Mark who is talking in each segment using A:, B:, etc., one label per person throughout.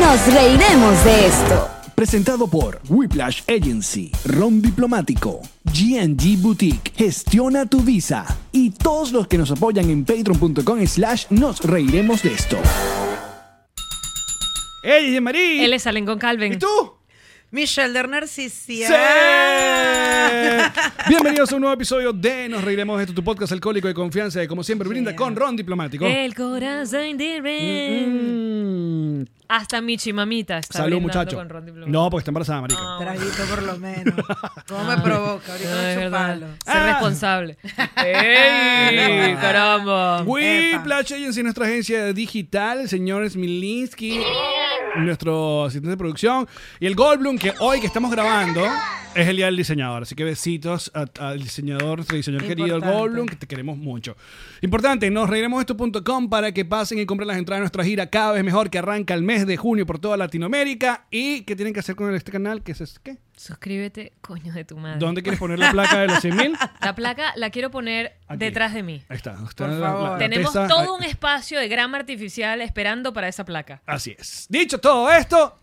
A: Nos reiremos de esto.
B: Presentado por Whiplash Agency, Ron Diplomático, GNG Boutique, Gestiona tu Visa y todos los que nos apoyan en patreon.com slash nos reiremos de esto.
C: ¡Ey, Marí!
D: Él es Allen con Calvin.
C: ¿Y tú?
E: Michelle de ah. Narcisia.
C: ¡Sí! Bienvenidos a un nuevo episodio de Nos Reiremos de Esto, tu podcast alcohólico de confianza que como siempre brinda con Ron Diplomático.
D: El corazón de Ren.
C: Mm,
D: Hasta Michi Mamita está
C: salud,
D: brindando
C: muchacho.
D: con Ron Diplomático.
C: No, porque está embarazada, marica.
E: Traguito por lo menos. ¿Cómo me provoca?
D: No,
E: Ahorita
D: de
E: me
D: verdad.
E: chupalo.
D: Ser
C: Ah.
D: responsable. ¡Ey! ¡Caramba!
C: Whiplash Agency, nuestra agencia digital, señor Smilinski, nuestro asistente de producción, y el Goldblum, que hoy que estamos grabando es el día del diseñador. Así que besitos a- al diseñador, nuestro diseñador querido, el
E: Importante.
C: Goldblum, que te queremos mucho. Importante, nos reiremosdesto.com para que pasen y compren las entradas de nuestra gira cada vez mejor, que arranca el mes de junio por toda Latinoamérica. ¿Y qué tienen que hacer con este canal? ¿Qué es este? ¿Qué?
D: Suscríbete, coño de tu madre.
C: ¿Dónde quieres poner la placa de los 100.000?
D: La placa la quiero poner
C: Aquí.
D: detrás de mí.
C: Ahí está. está
E: Por
C: la- la-
E: favor.
C: la
D: Tenemos
C: pesa-
D: todo un espacio de grama artificial esperando para esa placa.
C: Así es. Dicho todo esto,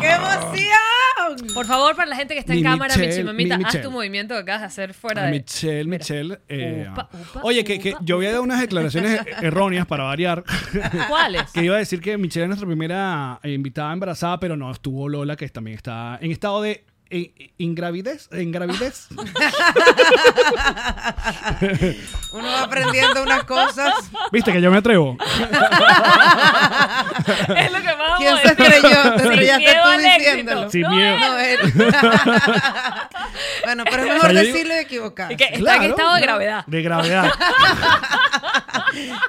E: ¡Qué emoción!
D: Por favor, para la gente que está
C: Mi
D: en cámara, Michi
C: Michelle,
D: Mamita,
C: mi
D: haz
C: Michelle.
D: tu movimiento que acabas de hacer fuera de.
C: Michelle, Michelle. eh,
D: Upa, upa,
C: oye, que, que
D: upa,
C: yo había dado unas declaraciones erróneas para variar.
D: ¿Cuáles?
C: que iba a decir que Michelle es nuestra primera eh, invitada embarazada, pero no, estuvo Lola, que también está en estado de eh, ingravidez. Ingravidez.
E: Uno va aprendiendo unas cosas.
C: Viste que yo me atrevo.
D: es lo que más
E: ¿Quién
D: vamos
E: se
D: a decir.
E: estrelló? Te
D: Sin
E: estrellaste
D: miedo
E: tú
D: al éxito.
E: diciéndolo.
C: Sin
D: No
C: miedo.
D: es.
E: No, él. bueno, pero es
C: O sea,
E: mejor
C: yo digo-
E: decirlo y equivocar.
D: Y que está
C: Claro.
D: en estado de gravedad.
C: De gravedad.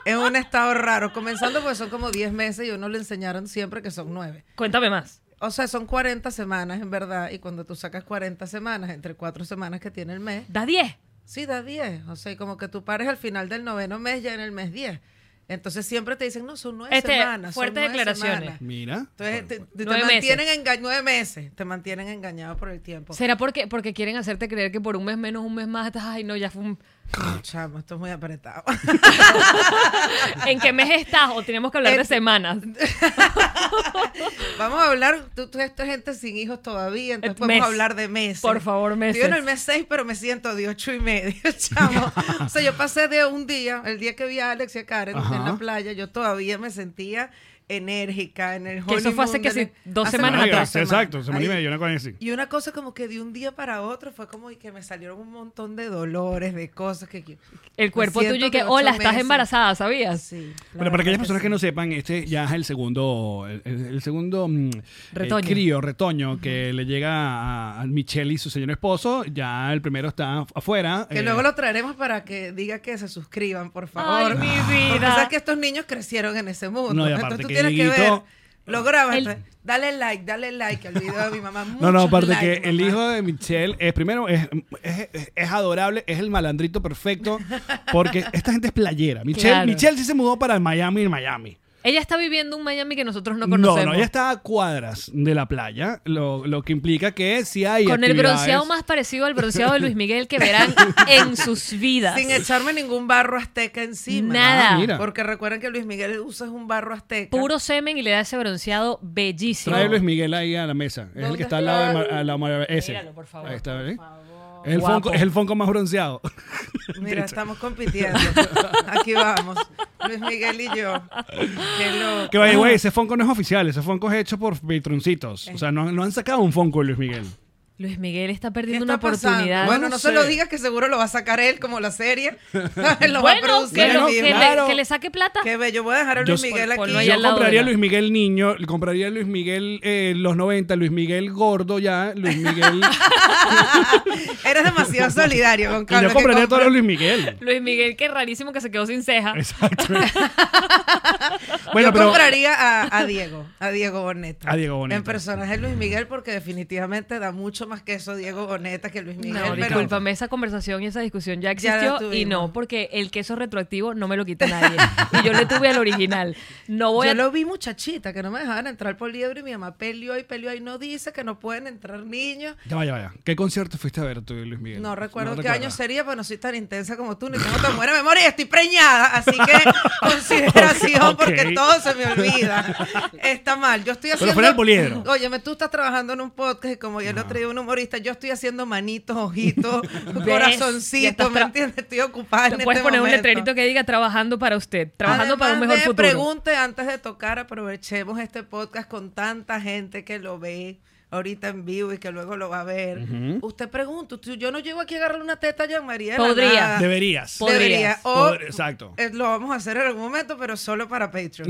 E: Es un estado raro. Comenzando porque son como 10 meses y uno le enseñaron siempre que son 9.
D: Cuéntame más.
E: O sea, son 40 semanas en verdad. Y cuando tú sacas 40 semanas, entre 4 semanas que tiene el mes,
D: Da 10.
E: Sí, da 10. O sea, como que tú pares al final del noveno mes, ya en el mes 10. Entonces siempre te dicen, no, son nueve
D: Este,
E: semanas. son
D: fuertes
E: nueve
D: declaraciones.
E: semanas.
C: Mira.
E: Entonces te, te- te
D: Nueve meses.
E: mantienen engañado nueve meses. Te mantienen engañado por el tiempo.
D: ¿Será porque, porque quieren hacerte creer que por un mes menos, un mes más, estás, ay, no, ya fue un...
E: No, chamo, esto es muy apretado.
D: ¿En qué mes estás? O tenemos que hablar de semanas.
E: Vamos a hablar, tú, tú esta gente sin hijos todavía, entonces
D: Et-
E: podemos
D: mes.
E: hablar de meses.
D: Por favor, meses.
E: Yo en el mes 6, pero me siento de ocho y medio, chamo. o sea, yo pasé de un día, el día que vi a Alex y a Karen en
C: Ajá.
E: la playa, yo todavía me sentía enérgica en el
D: Que eso fue hace
E: honeymoon
D: que
E: de
D: sí,
E: la-
D: dos
E: hace
D: semanas
E: como
C: Marica,
D: atrás.
C: Exacto, semana y
E: Ahí-
C: media, una cosa así.
E: y una cosa como que de un día para otro fue como que me salieron un montón de dolores, de cosas que... que-
D: El cuerpo
E: me siento
D: tuyo y que,
E: de ocho
D: hola, estás
E: meses".
D: embarazada, ¿sabías?
E: Sí, la
C: Pero para
E: verdad
C: aquellas personas que
E: sí.
C: no sepan, este ya es el segundo, el, el- el segundo mm, eh,
D: Retoño.
C: crío, retoño, que le llega a, a Michelle y su señor esposo. Ya el primero está afuera.
E: Que
C: eh,
E: luego lo traeremos para que diga que se suscriban, por favor.
D: Ay, mi
E: Porque sabes
D: vida.
E: que estos niños crecieron en ese mundo.
C: No, y aparte
E: Entonces tú
C: que
E: tienes que ver.
C: Dieguito-
E: Lo grabas.
D: El-
E: entonces, Dale like, dale like al video de mi mamá.
C: No, no,
E: muchos
C: aparte
E: likes,
C: que el
E: mamá.
C: hijo de Michelle es primero es, es, es- es adorable, es el malandrito perfecto, porque esta gente es playera. Michelle,
D: Claro.
C: Michelle sí se mudó para Miami, en Miami.
D: Ella está viviendo un Miami que nosotros no
C: No, no,
D: conocemos.
C: ella está a cuadras de la playa, lo, lo que implica que sí hay
D: Con el
C: actividades.
D: bronceado más parecido al bronceado de Luis Miguel que verán en sus vidas.
E: Sin echarme ningún barro azteca encima.
D: Nada.
C: Ah, mira.
E: Porque recuerden que Luis Miguel usa un barro azteca.
D: Puro semen y le da ese bronceado bellísimo.
C: Trae Luis Miguel ahí a la mesa. Es el
E: ¿Dónde
C: que está al lado de Mar- a la Mar- ese.
D: Míralo, por favor,
C: Ahí está,
D: por
C: ¿eh?
D: favor.
C: Es el,
D: Guapo.
C: fonco, es el fonco más bronceado.
E: Mira, estamos compitiendo. Aquí vamos. Luis Miguel y yo. Qué loco.
C: que vaya, güey, ese fonco no es oficial. Ese fonco es hecho por patroncitos. O sea, no, no han sacado un fonco de Luis Miguel.
D: Luis Miguel está
E: ¿Qué
D: perdiendo una
E: está
D: oportunidad.
E: pasando? Bueno, no se
C: sé.
E: lo digas que seguro lo va a sacar él como la serie. lo va a
D: Bueno,
E: producir
D: que,
E: él
D: lo-
C: Bueno,
D: que
E: mismo.
D: le-
C: claro.
D: que le saque plata.
E: Qué bello, voy a dejar a Luis
C: Yo-
E: Miguel
D: Ponlo
E: aquí.
D: ahí
C: Yo
D: al lado
C: compraría
D: de
C: a
D: la-
C: Luis Miguel niño, le compraría a Luis Miguel eh, los 90, Luis Miguel gordo ya, Luis Miguel.
E: Eres demasiado solidario con
C: y
E: Carlos.
C: yo
E: que
C: compraría
E: compra-
C: todos los Luis Miguel.
D: Luis Miguel, qué rarísimo que se quedó sin ceja.
C: Exacto. bueno,
E: yo
C: pero.
E: compraría a, a Diego, a Diego Boneta.
C: A Diego Boneta.
E: En personaje Luis Miguel porque definitivamente da mucho más queso Diego Boneta que Luis Miguel.
D: No,
E: Eh, pero-
D: discúlpame, esa conversación y esa discusión ya
E: Ya la
D: existió y
E: tuvimos.
D: no, porque el queso retroactivo no me lo quita nadie. y yo le tuve al original. No voy
E: yo
D: a.
E: lo vi muchachita, que no me dejaban entrar por liebre y mi mamá peleó y peleó y no dice que no pueden entrar niños.
C: Ya vaya, vaya. ¿Qué concierto fuiste a ver tú, Luis Miguel?
E: No recuerdo qué
C: recuerdas.
E: año sería, pero no soy tan intensa como tú, ni tengo tan buena memoria y estoy preñada, así que consideración
C: Ok.
E: porque todo se me olvida. Está mal. Yo estoy
C: Pero
E: haciendo.
C: fuera del poliedro.
E: Óyeme, tú estás trabajando en un podcast y como
D: Ah.
E: yo lo traía un humorista, yo estoy haciendo manitos, ojitos,
D: Ya estás
E: corazoncito,
D: tra-
E: ¿me entiendes? Estoy ocupada en
D: Te
E: este
D: puedes poner un
E: momento.
D: letrerito que diga trabajando para usted, trabajando para un
E: Además
D: mejor
E: de
D: futuro.
E: Pregunte antes de tocar, aprovechemos este podcast con tanta gente que lo ve ahorita en vivo y que luego lo va a ver. Usted pregunta, usted- yo no llego aquí a agarrarle una teta a Jean María. de la
D: Podría.
E: nada.
C: Deberías.
D: Podrías.
E: Debería. O,
C: Podr- Exacto.
E: eh, lo vamos a hacer en algún momento, pero solo para Patreon.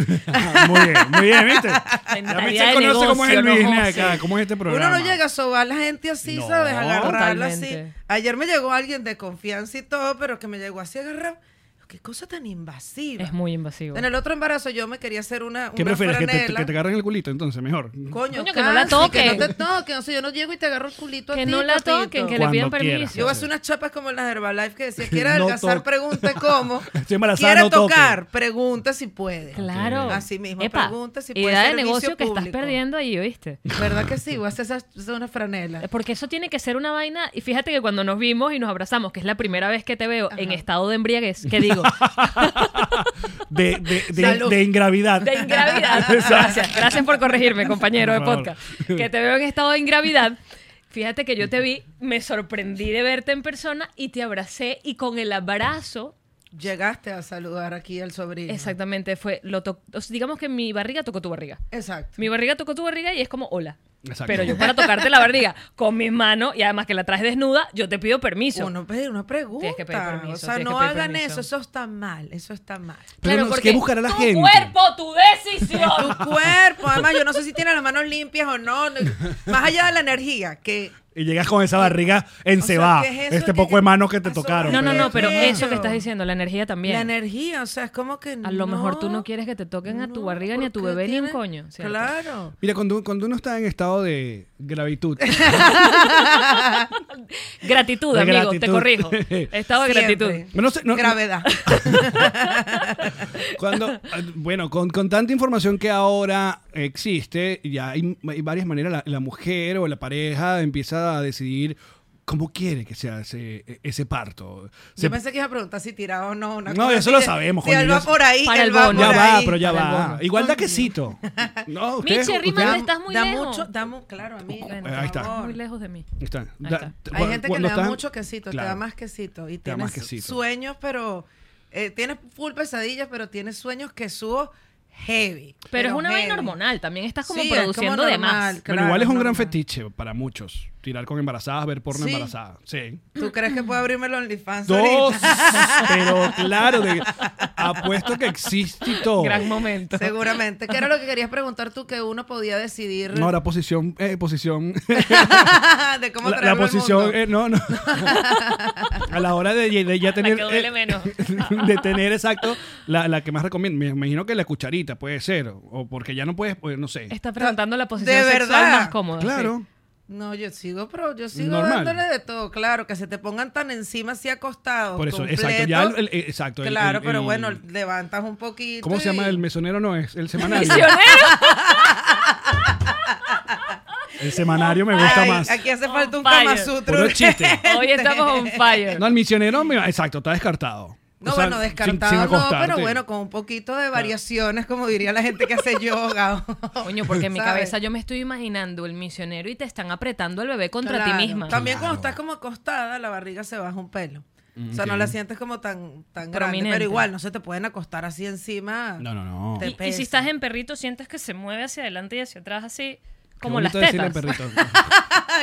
C: muy bien, muy bien, ¿viste? Ya
D: Mentalidad
C: Michelle
D: de
C: conoce cómo es el
D: negocio,
C: Luis
D: ¿no?
C: acá,
D: Sí.
C: cómo es este programa.
E: Uno no llega a sobar a la gente así,
C: No,
E: ¿sabes? Agarrarla así.
D: totalmente.
E: Ayer me llegó alguien de confianza y todo, pero que me llegó así a agarrar. Qué cosa tan invasiva.
D: Es muy invasivo.
E: En el otro embarazo yo me quería hacer una.
C: ¿Qué
E: una
C: prefieres? ¿Que te,
E: franela.
C: que te agarren el culito entonces? Mejor.
E: Coño,
D: Coño, que no la
E: casi, Que
D: toquen.
E: no te toquen. O sea, yo no llego y te agarro el culito a
D: Que
E: ti,
D: no la
E: papito.
D: toquen, que le
C: Cuando
D: pidan
C: quiera.
D: permiso.
E: Yo voy a hacer unas chapas como en las Herbalife que decía, quiere
C: No
E: adelgazar,
C: toque.
E: pregunte cómo.
C: Estoy embarazada,
E: Quiere
C: no toque.
E: tocar, pregunta si puede.
D: Claro.
E: Así mismo,
D: Epa,
E: pregunta si puede
D: Idea de
E: servicio
D: negocio que estás
E: público.
D: perdiendo ahí, ¿oíste?
E: ¿Verdad que sí? Voy a hacer esa, esa una franela.
D: Porque eso tiene que ser una vaina. Y fíjate que cuando nos vimos y nos abrazamos, que es la primera vez que te veo en estado de embriaguez, que digo,
C: De, de, de,
E: Salud.
C: de ingravidad.
D: de ingravidad. Gracias, gracias por corregirme, compañero de
C: Por favor.
D: podcast. Que te veo en estado de ingravidad. Fíjate que yo te vi, me sorprendí de verte en persona y te abracé y con el abrazo,
E: Llegaste a saludar aquí al sobrino.
D: exactamente, fue, lo to- o sea, digamos que mi barriga tocó tu barriga.
E: Exacto.
D: Mi barriga tocó tu barriga y es como hola.
C: Exacto.
D: Pero yo para tocarte la barriga con mis manos y además que la traes desnuda, yo te pido permiso.
E: Uno pedir una pregunta.
D: Tienes que pedir permiso,
E: o sea,
D: tienes
E: no
D: que pedir
E: hagan
D: permiso.
E: eso, eso está mal, eso está mal.
C: Pero no, es que buscará la
D: tu
C: gente.
D: cuerpo, tu decisión.
E: Tu cuerpo, además, yo no sé si tiene las manos limpias o no. no- Más allá de la energía, que
C: Y llegas con esa barriga
E: O
C: encebada.
E: sea, ¿qué es eso?
C: este
E: ¿Qué-
C: poco de manos que te
E: pasó?
C: tocaron.
D: No, no, no, pero
E: Pero-
D: eso que estás diciendo, la energía también.
E: la energía, o sea, es como que
D: A lo mejor tú no quieres que te toquen a tu barriga, ni a tu
E: porque
D: bebé, ni a un
E: tiene-
D: coño, ¿cierto?
E: Claro.
C: Mira, cuando, cuando uno está en estado de gravitud,
D: Gratitud,
C: De
D: amigo, te
C: gratitud.
D: corrijo. Estado de
E: Siempre.
D: gratitud.
C: No sé, no-
E: Gravedad.
C: Cuando, ah, bueno, con, con tanta información que ahora existe, ya hay, hay varias maneras, la, la mujer o la pareja empieza a decidir cómo quiere que sea ese, ese parto. Se-
E: Yo pensé que iba a preguntar si tiraba o no. Una
C: No,
E: cosa
C: eso
E: así
C: lo
E: de-
C: sabemos,
E: Si
C: coño,
E: él
C: yo
E: va
C: sé.
E: por ahí,
D: Para el
E: él va
D: bono.
E: por
C: ya va,
E: ahí.
C: pero ya
D: Para el
C: va.
D: bono.
C: Igual da quesito. No, usted-
D: Michi,
C: usted-
D: rímate, estás muy
E: da
D: lejos.
E: Mucho, da mu- claro, amigo.
D: Bueno,
C: ahí está.
D: estás muy lejos de mí.
C: Está,
D: Ahí
C: da-
D: está.
E: Hay
C: cuando-
E: gente que
C: cuando
E: le da
C: estás-
E: mucho quesito,
C: Claro.
E: te da más quesito.
C: Te
E: Y
C: da
E: tienes
C: más quesito.
E: sueños, pero. eh, tienes full pesadillas, pero tienes sueños que subo heavy.
D: Pero, es una vaina
E: heavy.
D: hormonal, también estás como
E: Sí, es como
D: produciendo de más.
E: normal.
C: Bueno,
E: Claro,
C: igual es un
E: no,
C: gran
E: no.
C: fetiche para muchos. Tirar con embarazadas, ver porno
E: Sí.
C: embarazada. Sí.
E: ¿Tú crees que puedo
D: Mm.
E: abrirme el OnlyFans?
C: Dos,
E: ahorita?
C: pero claro, de- apuesto que existe y todo.
D: Gran momento.
E: Seguramente. ¿Qué era lo que querías preguntar tú que uno podía decidir
C: No, la posición, eh, posición,
E: de cómo
C: la, la
E: traerlo al
C: posición,
E: mundo?
C: eh, no, no. A la hora de, de ya tener,
D: que duele
C: eh,
D: menos.
C: de tener exacto la, la que más recomiendo. Me imagino que la cucharita puede ser, o- o porque ya no puedes, pues, no sé.
D: Estás preguntando la posición
E: De
D: sexual
E: verdad.
D: más cómoda. sí.
C: Claro.
E: No, yo sigo, pero yo sigo
C: Normal.
E: dándole de todo, claro, que se te pongan tan encima así acostados.
C: Por eso,
E: completos.
C: exacto, ya el- el- el- eh, exacto, el-
E: claro,
C: el-
E: pero
C: el-
E: bueno, levantas un poquito.
C: ¿Cómo se llama
E: y-
C: el mesonero? No es el semanario.
D: Misionero.
C: El semanario me gusta
E: Ay,
C: más.
E: Aquí hace
D: On
E: falta un
D: fire.
E: Kama Sutra
C: Puro chiste.
E: urgente.
D: Hoy estamos
E: Este.
D: on fire.
C: No, el misionero, me- exacto, está descartado.
E: No,
C: O sea,
E: bueno,
C: sin-
E: descartado
C: sin
E: no,
C: acostarte.
E: pero bueno, con un poquito de variaciones, como diría la gente que hace yoga. o-
D: Coño, porque en mi
E: ¿sabes?
D: cabeza yo me estoy imaginando el misionero y te están apretando el bebé contra
E: Claro.
D: ti misma.
E: También cuando estás como acostada, la barriga se baja un pelo. O sea, no la sientes como tan, tan grande,
D: Prominente.
E: pero igual no se te pueden acostar así encima.
C: No, no, no.
E: Te-
C: Qué
D: Y, y si estás en perrito, sientes que se mueve hacia adelante y hacia atrás, así como las
C: bonito decirle
D: tetas.
C: al perrito.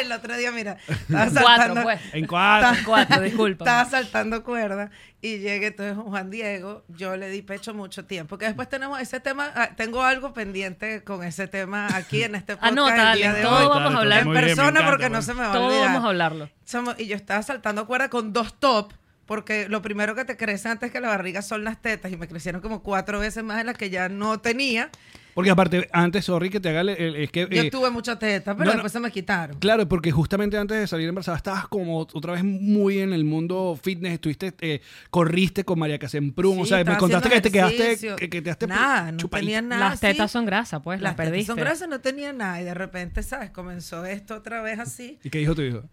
E: el otro día, mira, estaba
D: Cuatro,
E: saltando,
D: pues.
C: En cuatro.
D: En cuatro, disculpa.
E: estaba saltando cuerda y llegué entonces Juan Diego, yo le di pecho mucho tiempo, que después tenemos ese tema, ah, tengo algo pendiente con ese tema aquí en este podcast
D: Anota,
E: el día
D: Ale,
E: de
D: todo
E: hoy.
D: vamos a hablar.
E: en
C: Muy bien, me
E: persona
C: encanta, pues.
E: porque
C: bueno.
E: no se me va a
D: Todo
E: olvidar.
D: vamos a hablarlo.
E: Chamo, y yo estaba saltando cuerda con dos top, porque lo primero que te crece antes que la barriga son las tetas, y me crecieron como cuatro veces más de las que ya no tenía.
C: Porque aparte, antes, sorry que te haga el, el- es que
E: Yo
C: eh,
E: tuve mucha teta, pero
C: no, no.
E: después se me quitaron.
C: Claro, porque justamente antes de salir embarazada estabas como otra vez muy en el mundo fitness, estuviste, eh, corriste con María Casemprún,
E: Sí,
C: o sea, me
E: estaba
C: contaste que te
E: haciendo
C: quedaste,
E: ejercicio.
C: que, que te quedaste
E: Nada, no
C: chupadita.
E: tenía nada.
D: Las tetas
E: sí.
D: son grasa, pues, las,
E: Las tetas
D: perdiste.
E: son grasas, no tenía nada. Y de repente, ¿sabes? Comenzó esto otra vez así.
C: ¿Y qué dijo tu hijo?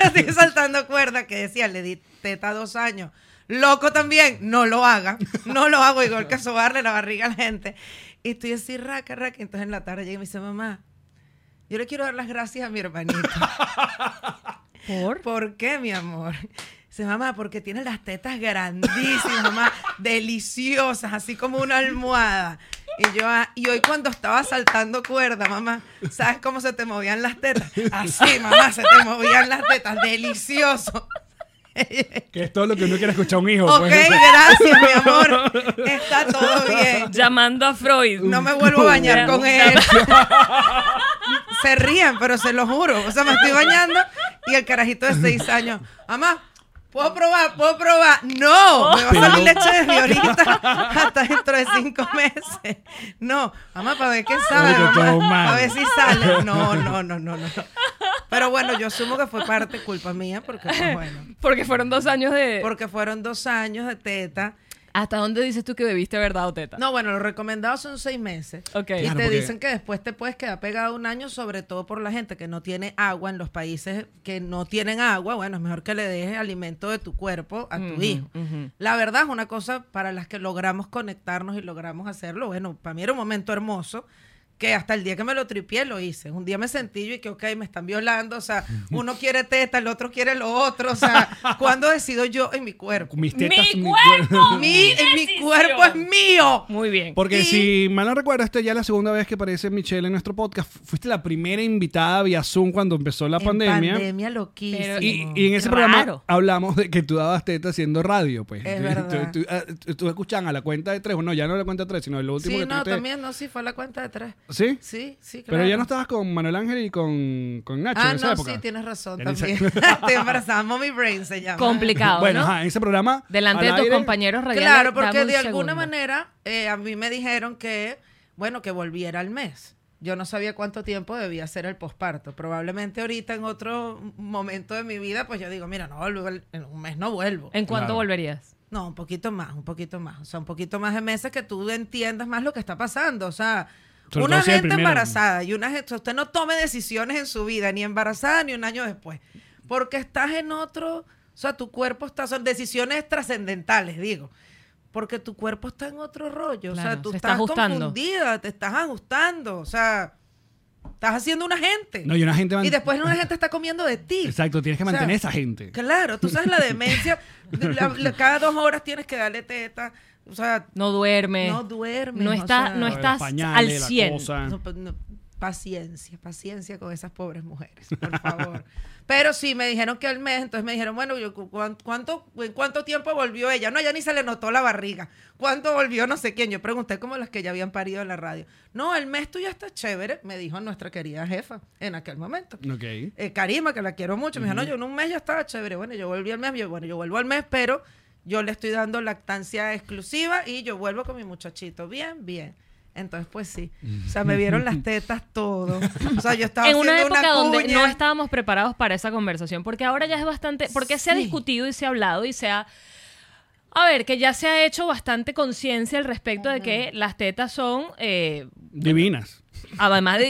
E: Estoy saltando cuerda que decía, le di teta dos años. Loco también, no lo haga. No lo hago, igual que sobarle la barriga a la gente. Y estoy así, raca, raca. Entonces en la tarde llega y me dice, mamá, yo le quiero dar las gracias a mi hermanito.
D: ¿Por?
E: ¿Por qué, mi amor? Dice, mamá, porque tiene las tetas grandísimas, mamá, deliciosas, así como una almohada. Y yo, ah, y hoy cuando estaba saltando cuerda, mamá, ¿sabes cómo se te movían las tetas? Así, mamá, se te movían las tetas, delicioso.
C: Que es todo lo que uno quiere escuchar a un hijo.
E: Ok,
C: pues.
E: gracias, mi amor. Está todo bien.
D: Llamando a Freud.
E: No me vuelvo a bañar con él. Se ríen, pero se lo juro. O sea, me estoy bañando y el carajito de seis años. Mamá, ¿puedo probar? ¿Puedo probar? No, me va a salir leche de mi ahorita hasta dentro de cinco meses. No, mamá, para ver qué sabe.
C: Marico, todo mal.
E: Mamá. A ver si sale. No, no, no, no, no. Pero bueno, yo asumo que fue parte culpa mía porque, pues, bueno,
D: Porque fueron dos años de...
E: porque fueron dos años de teta.
D: ¿Hasta dónde dices tú que bebiste verdad o teta?
E: No, bueno, los recomendados son seis meses.
D: Ok.
E: Y
D: Claro,
E: te
C: porque-
E: dicen que después te puedes quedar pegado un año, sobre todo por la gente que no tiene agua en los países que no tienen agua. Bueno, es mejor que le dejes alimento de tu cuerpo a tu hijo. La verdad es una cosa para las que logramos conectarnos y logramos hacerlo. Bueno, para mí era un momento hermoso que hasta el día que me lo tripié lo hice. Un día me sentí yo y que, ok, me están violando, o sea, uno quiere teta, el otro quiere lo otro, o sea, ¿cuándo decido yo en mi cuerpo?
C: Mis tetas,
D: ¡Mi
C: mi
D: cuerpo!
C: cuerpo.
E: Mi, mi
D: decisión!
E: cuerpo es mío.
D: Muy bien.
C: Porque
E: Y-
C: si mal no recuerdo, esta ya es la segunda vez que aparece Michelle en nuestro podcast. Fuiste la primera invitada vía Zoom cuando empezó la
E: En
C: pandemia.
E: Pandemia loquísimo.
D: Pero-
C: Y, y en ese
D: Raro.
C: programa hablamos de que tú dabas teta haciendo radio, pues.
E: Es
C: Tú-
E: verdad.
C: Tú, tú- ah, tú- tú escuchabas a la cuenta de tres, o no, ya no la cuenta de tres, sino el último
E: sí,
C: que
E: no,
C: tuviste-
E: también, no, sí, fue la cuenta de tres.
C: ¿Sí?
E: Sí, sí, claro.
C: Pero ya no estabas con Manuel Ángel y con, con Nacho
E: Ah,
C: en esa
E: no,
C: época.
E: sí, tienes razón
C: En esa-
E: también. Estoy embarazada, Mommy Brain se llama.
D: Complicado,
C: Bueno,
D: ¿no?
C: ajá, en ese programa.
D: Delante de
C: al
D: tus
C: aire,
D: compañeros radiales.
E: Claro,
D: dame
E: porque
D: un
E: de alguna
D: segundo.
E: manera eh, a mí me dijeron que, bueno, que volviera al mes. Yo no sabía cuánto tiempo debía ser el posparto. Probablemente ahorita en otro momento de mi vida, pues yo digo, mira, no, vuelvo el- en un mes no vuelvo.
D: ¿En cuánto
C: Claro.
D: volverías?
E: No, un poquito más, un poquito más. O sea, un poquito más de meses que tú entiendas más lo que está pasando. O sea,
C: Sobre
E: una
C: todo si es el
E: gente
C: primero.
E: embarazada y una gente, usted no tome decisiones en su vida, ni embarazada ni un año después. Porque estás en otro, o sea, tu cuerpo está, son decisiones trascendentales, digo. Porque tu cuerpo está en otro rollo. o
D: Claro,
E: sea, tú
D: se está
E: estás
D: ajustando.
E: confundida, te estás ajustando. O sea, estás haciendo una gente.
C: No, y una gente. man-
E: y después una gente está comiendo de ti.
C: Exacto, tienes que
E: O sea,
C: mantener esa gente.
E: Claro, tú sabes la demencia. de la- la- cada dos horas tienes que darle teta. O sea,
D: No duermes.
E: no duermes.
D: No,
E: o
D: está,
E: sea,
D: no
C: Los
D: estás
C: pañales, la
D: al 100.
C: cosa.
E: no, pa- no, paciencia, paciencia con esas pobres mujeres, por favor. Pero sí, me dijeron que al mes, entonces me dijeron, bueno, yo, cu- cuán- ¿cuánto, ¿en cuánto tiempo volvió ella? No, ya ni se le notó la barriga. ¿Cuánto volvió no sé quién? Yo pregunté como las que ya habían parido en la radio. No, el mes tú ya estás chévere, me dijo nuestra querida jefa en aquel momento
C: Ok.
E: eh, Karima, que la quiero mucho, me dijo, no, yo en un mes ya estaba chévere. Bueno, yo volví al mes, yo, bueno, yo vuelvo al mes, pero yo le estoy dando lactancia exclusiva y yo vuelvo con mi muchachito. Bien, bien. Entonces, pues sí. O sea, me vieron las tetas todo. O sea, yo estaba
D: en una
E: haciendo
D: época donde
E: cuña.
D: no estábamos preparados para esa conversación, porque ahora ya es bastante, porque se ha
E: Sí.
D: discutido y se ha hablado y se ha... A ver, que ya se ha hecho bastante conciencia al respecto de que las tetas son, eh,
C: Divinas.
D: además de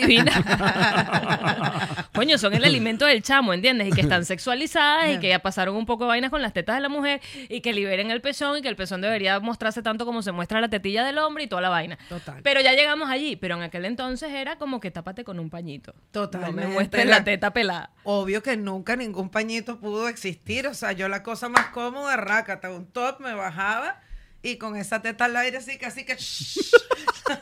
D: divinas, coño, son el alimento del chamo, ¿entiendes? Y que están sexualizadas y que ya pasaron un poco de vainas con las tetas de la mujer y que liberen el pezón y que el pezón debería mostrarse tanto como se muestra la tetilla del hombre y toda la vaina.
E: Total.
D: Pero ya llegamos allí, pero en aquel entonces era como que tápate con un pañito. No me
E: Totalmente.
D: muestres la teta pelada.
E: Obvio que nunca ningún pañito pudo existir. O sea, yo la cosa más cómoda, rácata, un top, me bajaba y con esa teta al aire así, casi que...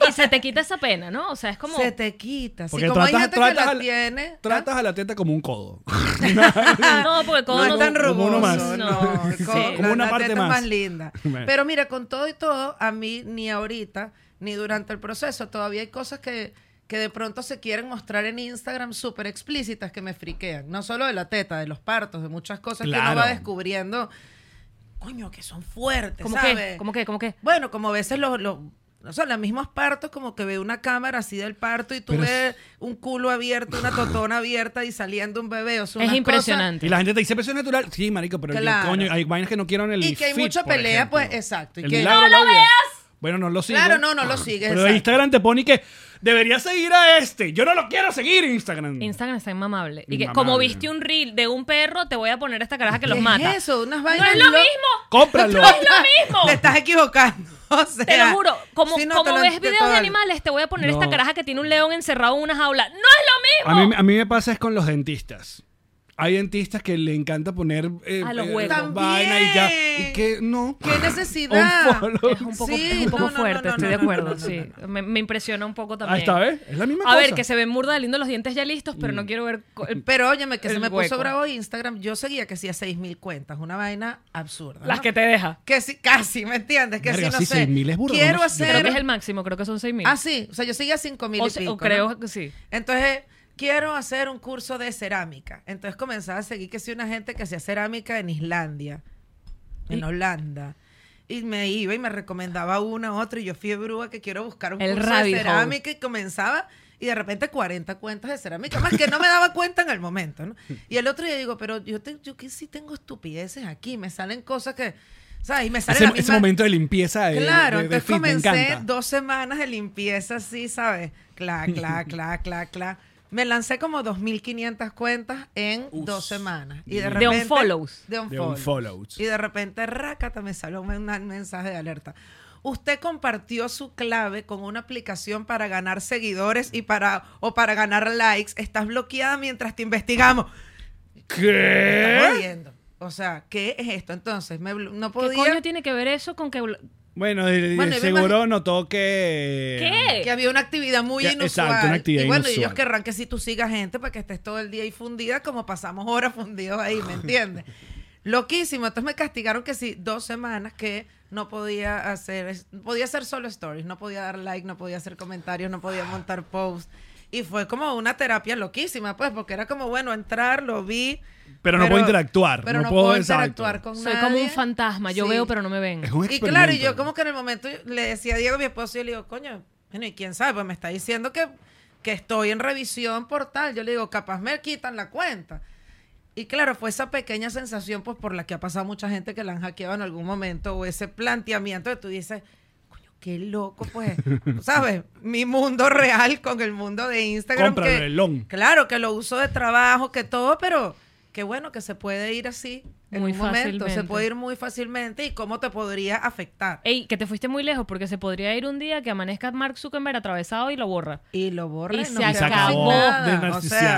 D: Y se te quita esa pena, ¿no? O sea, es como.
E: Se te quita. Sí,
C: Porque
E: como hay
C: tratas-
E: gente
C: tratas
E: que
C: al-
E: la tiene... ¿ah?
C: Tratas a la teta como un codo.
D: ah, No, porque
E: No
D: codo
E: es tan
C: como uno
E: rugoso,
C: más.
E: no.
D: No.
E: co-
D: Sí.
C: Como una
E: la
C: parte
E: teta es
C: más.
E: linda.
C: Bueno.
E: Pero mira, con todo y todo, a mí ni ahorita, ni durante el proceso, todavía hay cosas que, que de pronto se quieren mostrar en Instagram súper explícitas que me friquean. No solo de la teta, de los partos, de muchas cosas que
C: Claro.
E: uno va descubriendo. Coño, que son fuertes,
D: ¿Cómo
E: ¿sabes?
D: que? ¿Cómo que? ¿Cómo que?
E: Bueno, como a veces los, los- O sea, los mismos partos, como que ve una cámara así del parto y tú
C: Pero
E: ves un culo abierto, una totona abierta y saliendo un bebé. O sea,
D: es
E: unas
D: impresionante.
C: Y la gente te dice, pero eso es natural. Sí, marico, pero el
E: Claro.
C: coño, hay vainas que no quiero en el
E: Y que hay
C: feed,
E: mucha
C: por
E: pelea,
C: ejemplo.
E: pues, exacto, y
C: El
E: que-
C: milagro
E: ¡No
C: de la
D: lo
C: vida.
D: veas!
C: Bueno, no lo sigo.
E: Claro, no, no lo sigues.
C: Pero
E: exacto.
C: Instagram te pone que debería seguir a este. Yo no lo quiero seguir
E: Mm.
C: Instagram.
D: Instagram está inmamable. Y que
C: Inmamable.
D: como viste un reel de un perro, te voy a poner esta caraja que los
E: ¿Qué
D: mata.
E: Es eso, unas
D: no
E: vainas.
D: es lo
E: lo-
D: mismo.
C: Cómpralo.
D: No es lo mismo.
E: Te estás equivocando. o
D: Te
E: sea,
D: lo juro, como,
E: sí, no,
D: como
E: te lo-
D: ves
E: te-
D: videos de
E: todo-
D: animales, te voy a poner esta
C: No.
D: caraja que tiene un león encerrado en una jaula. ¡No es lo
C: A mí,
D: mismo!
C: a mí me pasa es con los dentistas. Hay dentistas que le encanta poner eh,
D: A los
C: eh,
D: huecos.
C: vaina y ya.
E: También.
C: Y que no.
E: ¿Qué necesidad?
C: Unfollow.
D: Es un poco,
E: Sí,
D: es un poco
E: no, no, no,
D: fuerte,
E: no,
D: estoy
E: no,
D: de
E: no, no,
D: acuerdo.
E: no, no,
D: sí.
E: no,
D: Me, me impresiona un poco también.
C: Ahí está, ¿ves? Es la misma
D: A
C: cosa.
D: ver, que se ven burda de lindo los dientes ya listos,
E: Mm.
D: pero no quiero ver. co- el-
E: Pero óyeme, que se
D: El
E: me
D: hueco.
E: puso bravo Instagram. Yo seguía que hacía 6.000 cuentas. Una vaina absurda.
D: las
E: ¿no?
D: que te deja.
E: Que sí, casi, ¿me entiendes? Que
C: Verga,
E: si no
C: sí,
E: sé.
C: 6.000 es burda,
E: Quiero
C: no sé, yo
D: Creo
E: hacer.
D: que es el máximo, creo que son 6.000.
E: Ah, sí. O sea, yo seguía a 5.000
D: o,
E: y
D: se-
E: pico.
D: o creo
E: ¿no?
D: que sí.
E: Entonces, quiero hacer un curso de cerámica. Entonces comenzaba a seguir que si una gente que hacía cerámica en Islandia, en
D: Y-
E: Holanda. Y me iba y me recomendaba una, otra, y yo fui brúa que quiero buscar un
D: El
E: curso
D: rabbit
E: de
D: hole.
E: cerámica y comenzaba. Y de repente 40 cuentas de cerámica, más que no me daba cuenta en el momento, ¿no? Y el otro día digo, pero yo, te, yo que sí tengo estupideces aquí, me salen cosas que, ¿sabes? Y me sale
C: Ese,
E: la
C: ese
E: misma...
C: momento de limpieza eh, de,
E: Claro,
C: de- de
E: entonces
C: feed, me
E: comencé
C: encanta.
E: dos semanas de limpieza así, ¿sabes? Cla, cla, cla, cla, cla. Me lancé como 2.500 cuentas en dos semanas. Y de
D: De
E: repente...
D: unfollows.
E: De
C: De
E: unfollows.
C: unfollows.
E: Y de repente, rácata, me salió un un mensaje de alerta. Usted compartió su clave con una aplicación para ganar seguidores y para o para ganar likes. Estás bloqueada mientras te investigamos. Estás
C: ¿Qué?
E: jodiendo. O sea, ¿qué es esto? Entonces, me blo- no
D: ¿Qué coño
E: podía...
D: tiene que ver eso con que.
C: Bueno, de- de-
E: Bueno, yo me
C: seguro notó que.
D: ¿Qué?
E: que había una actividad muy
C: Ya,
E: inusual.
C: exacto, una actividad
E: y bueno,
C: inusual.
E: ellos querrán que si tú sigas gente para que estés todo el día ahí fundida, como pasamos horas fundidos ahí, ¿me entiendes? Loquísimo. Entonces me castigaron que sí, dos semanas que no podía hacer, es- podía hacer solo stories, no podía dar like, no podía hacer comentarios, no podía montar posts. Y fue como una terapia loquísima, pues, porque era como, bueno, entrar, lo vi.
C: Pero no puedo interactuar,
E: Pero
C: no
E: no,
C: puedo-
E: puedo,
C: exacto.
E: interactuar con
D: Soy
E: nadie.
D: como un fantasma, yo
E: Sí.
D: veo pero no me ven.
C: Es un
E: Mm. Y
C: experimento.
E: claro, y yo como que en el momento le decía a Diego, mi esposo, y yo le digo, coño, bueno, ¿y quién sabe? Pues me está diciendo que, que estoy en revisión por tal. Yo le digo, capaz me quitan la cuenta. Y claro, fue esa pequeña sensación pues, por la que ha pasado mucha gente que la han hackeado en algún momento, o ese planteamiento que tú dices, coño, qué loco, pues, ¿sabes? Mi mundo real con el mundo de Instagram.
C: Cómpralo,
E: que,
C: el long.
E: Claro, que lo uso de trabajo, que todo, pero qué bueno que se puede ir así en
D: Muy
E: un momento,
D: fácilmente.
E: se puede ir muy fácilmente y cómo te podría afectar.
D: Ey, que te fuiste muy lejos porque se podría ir un día que amanezca Mark Zuckerberg atravesado y lo borra.
E: Y lo borra
D: Y
E: y,
D: se
E: no queda
C: y se
E: sin
C: acabó
E: nada,
C: de
E: o sea,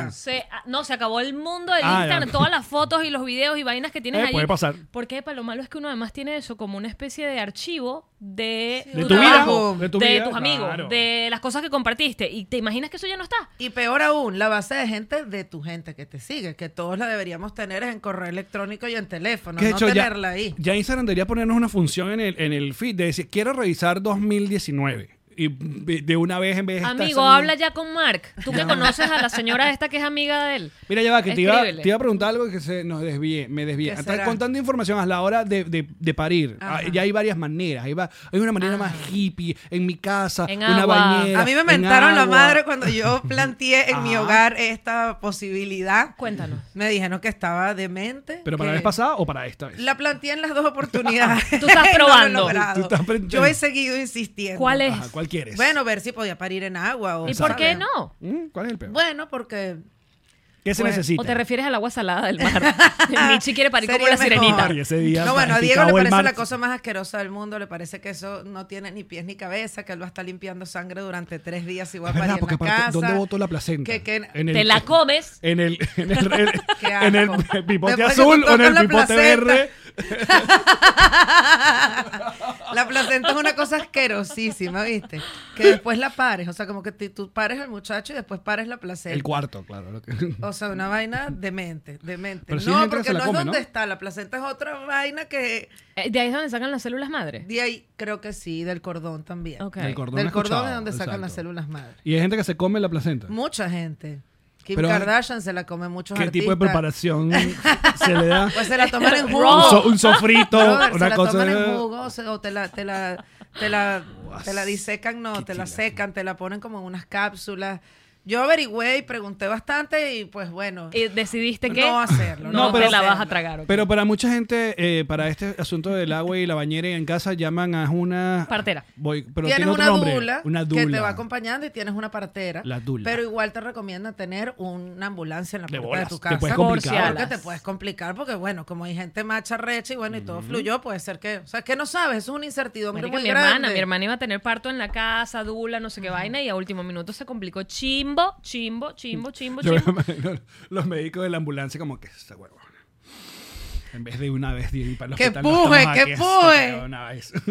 C: narcisian.
D: Se- ah, no, se acabó el mundo del
C: Ah,
D: Instagram,
C: ya.
D: todas las fotos y los videos y vainas que tienes
C: Eh,
D: allí.
C: puede pasar.
D: Porque para lo malo es que uno además tiene eso como una especie de archivo de,
E: Sí,
C: De
E: tu
C: tu vida.
E: trabajo,
C: De, tu
D: de
C: vida,
D: tus amigos,
C: claro.
D: de las cosas que compartiste. Y te imaginas que eso ya no está.
E: Y peor aún, la base de gente de tu gente que te sigue, que todos la deberíamos tener es en correo electrónico y en teléfono,
C: Que de
E: no
C: hecho, ya-
E: tenerla ahí.
C: Ya Instagram debería ponernos una función en el, en el feed de decir, quiero revisar 2019. Y de una vez en vez de estar
D: Amigo,
C: saliendo-
D: habla ya con Mark. Tú que conoces a la señora esta que es amiga de él.
C: Mira, ya va, que te iba,
D: Escríbele.
C: te iba a preguntar algo que se nos desvié, me desvié.
E: ¿Qué
C: Está
E: será?
C: contando información a la hora de, de- de parir.
E: Ajá. Ah.
C: Ah, Ya hay varias maneras. Hay, va- hay una manera más hippie, en mi casa,
D: En
C: una
D: agua.
C: bañera.
E: A mí me
C: en
E: mentaron la
C: agua.
E: madre cuando yo planteé en mi
C: Ajá.
E: hogar esta posibilidad.
D: Cuéntanos.
E: Me dijeron que estaba demente.
C: ¿Pero para la
E: que-
C: vez pasada o para esta vez?
E: La planteé en las dos oportunidades.
D: Tú estás
E: No lo he
D: probando.
E: logrado.
C: Tú estás aprendiendo.
E: yo he seguido insistiendo.
D: ¿Cuál es?
C: Ajá, ¿Cuál quieres?
E: Bueno, ver si podía parir en agua. O
D: ¿Y por qué
E: ¿sabes?
D: no?
C: Mm, ¿Cuál es el peor?
E: Bueno, porque
C: ¿Qué se
E: pues,
C: necesita?
D: ¿O te refieres al agua salada del mar? Michi quiere parir como la
E: Ah, Sería
D: sirenita.
E: mejor.
C: Ese día
E: no, bueno, a Diego
C: masticaba
E: le
C: el
E: parece
C: mar.
E: la cosa más asquerosa del mundo. Le parece que eso no tiene ni pies ni cabeza, que él va a estar limpiando sangre durante tres días y va a
C: Es
E: parir
C: verdad,
E: en
C: porque
E: la
C: aparte,
E: casa.
C: ¿dónde voto la placenta?
E: que- que-
C: En el-
D: Te la comes.
C: En el, en el, en
E: Qué
C: el,
E: asco.
C: pipote
E: Después que
C: azul
E: tú
C: o en el
E: tocas la
C: pipote
E: placenta.
C: verde.
E: La placenta es una cosa asquerosísima, ¿viste? Que después la pares. O sea, como que ti- tú pares al muchacho y después pares la placenta.
C: El cuarto, claro. lo que-
E: O sea, una vaina demente, demente.
C: Pero si hay
E: no,
C: gente que se la
E: porque no
C: come,
E: es donde
C: ¿no?
E: está. La placenta es otra vaina que
D: Eh, De ahí es donde sacan las células madre.
E: de ahí creo que sí, del cordón también.
D: Ok.
C: Del cordón, he
E: Del cordón es
C: escuchado,
E: donde sacan las
C: exacto.
E: células madre.
C: Y hay gente que se come la placenta.
E: Mucha gente. Kim
C: Pero,
E: Kardashian se la come muchos
C: ¿Qué tipo de
E: artistas.
C: preparación se le da?
E: Pues se la toman en
C: Un,
E: jugo.
C: so- un sofrito,
E: Brother,
C: una
E: se la
C: cosa.
E: toman en jugo o, se- o te la, te la, Te la, te la disecan, no, te la secan, te la ponen como en unas cápsulas. Yo averigüé y pregunté bastante y pues bueno,
D: Y decidiste que
E: No hacerlo,
D: no,
C: no pero-
D: te la vas a tragar. ¿ok?
C: Pero para mucha gente, eh, para este asunto del agua y la bañera y en casa, llaman a una...
D: Partera.
C: Voy, pero
E: tienes
C: tiene otro
E: una,
C: nombre.
E: dula
C: una
E: que te
C: dula.
E: va acompañando y tienes una partera.
C: La dula.
E: Pero igual te recomienda tener una ambulancia en la
C: De
E: puerta
C: bolas,
E: de tu
C: te
E: casa.
C: puedes
D: complicar.
E: Porque te puedes complicar porque, bueno, como hay gente macha recha y bueno, y todo fluyó, puede ser que... O sea, es que no sabes, es una incertidumbre
D: Marica,
E: muy
D: mi
E: grande.
D: hermana, mi hermana iba a tener parto en la casa, dula, no sé qué vaina, y a último minuto se complicó chimbo, chimbo, chimbo, chimbo,
C: Yo me
D: chimbo.
C: imagino los médicos de la ambulancia como que esta huevona. En vez de una vez de ir para los
E: ¡Que puje, que puje!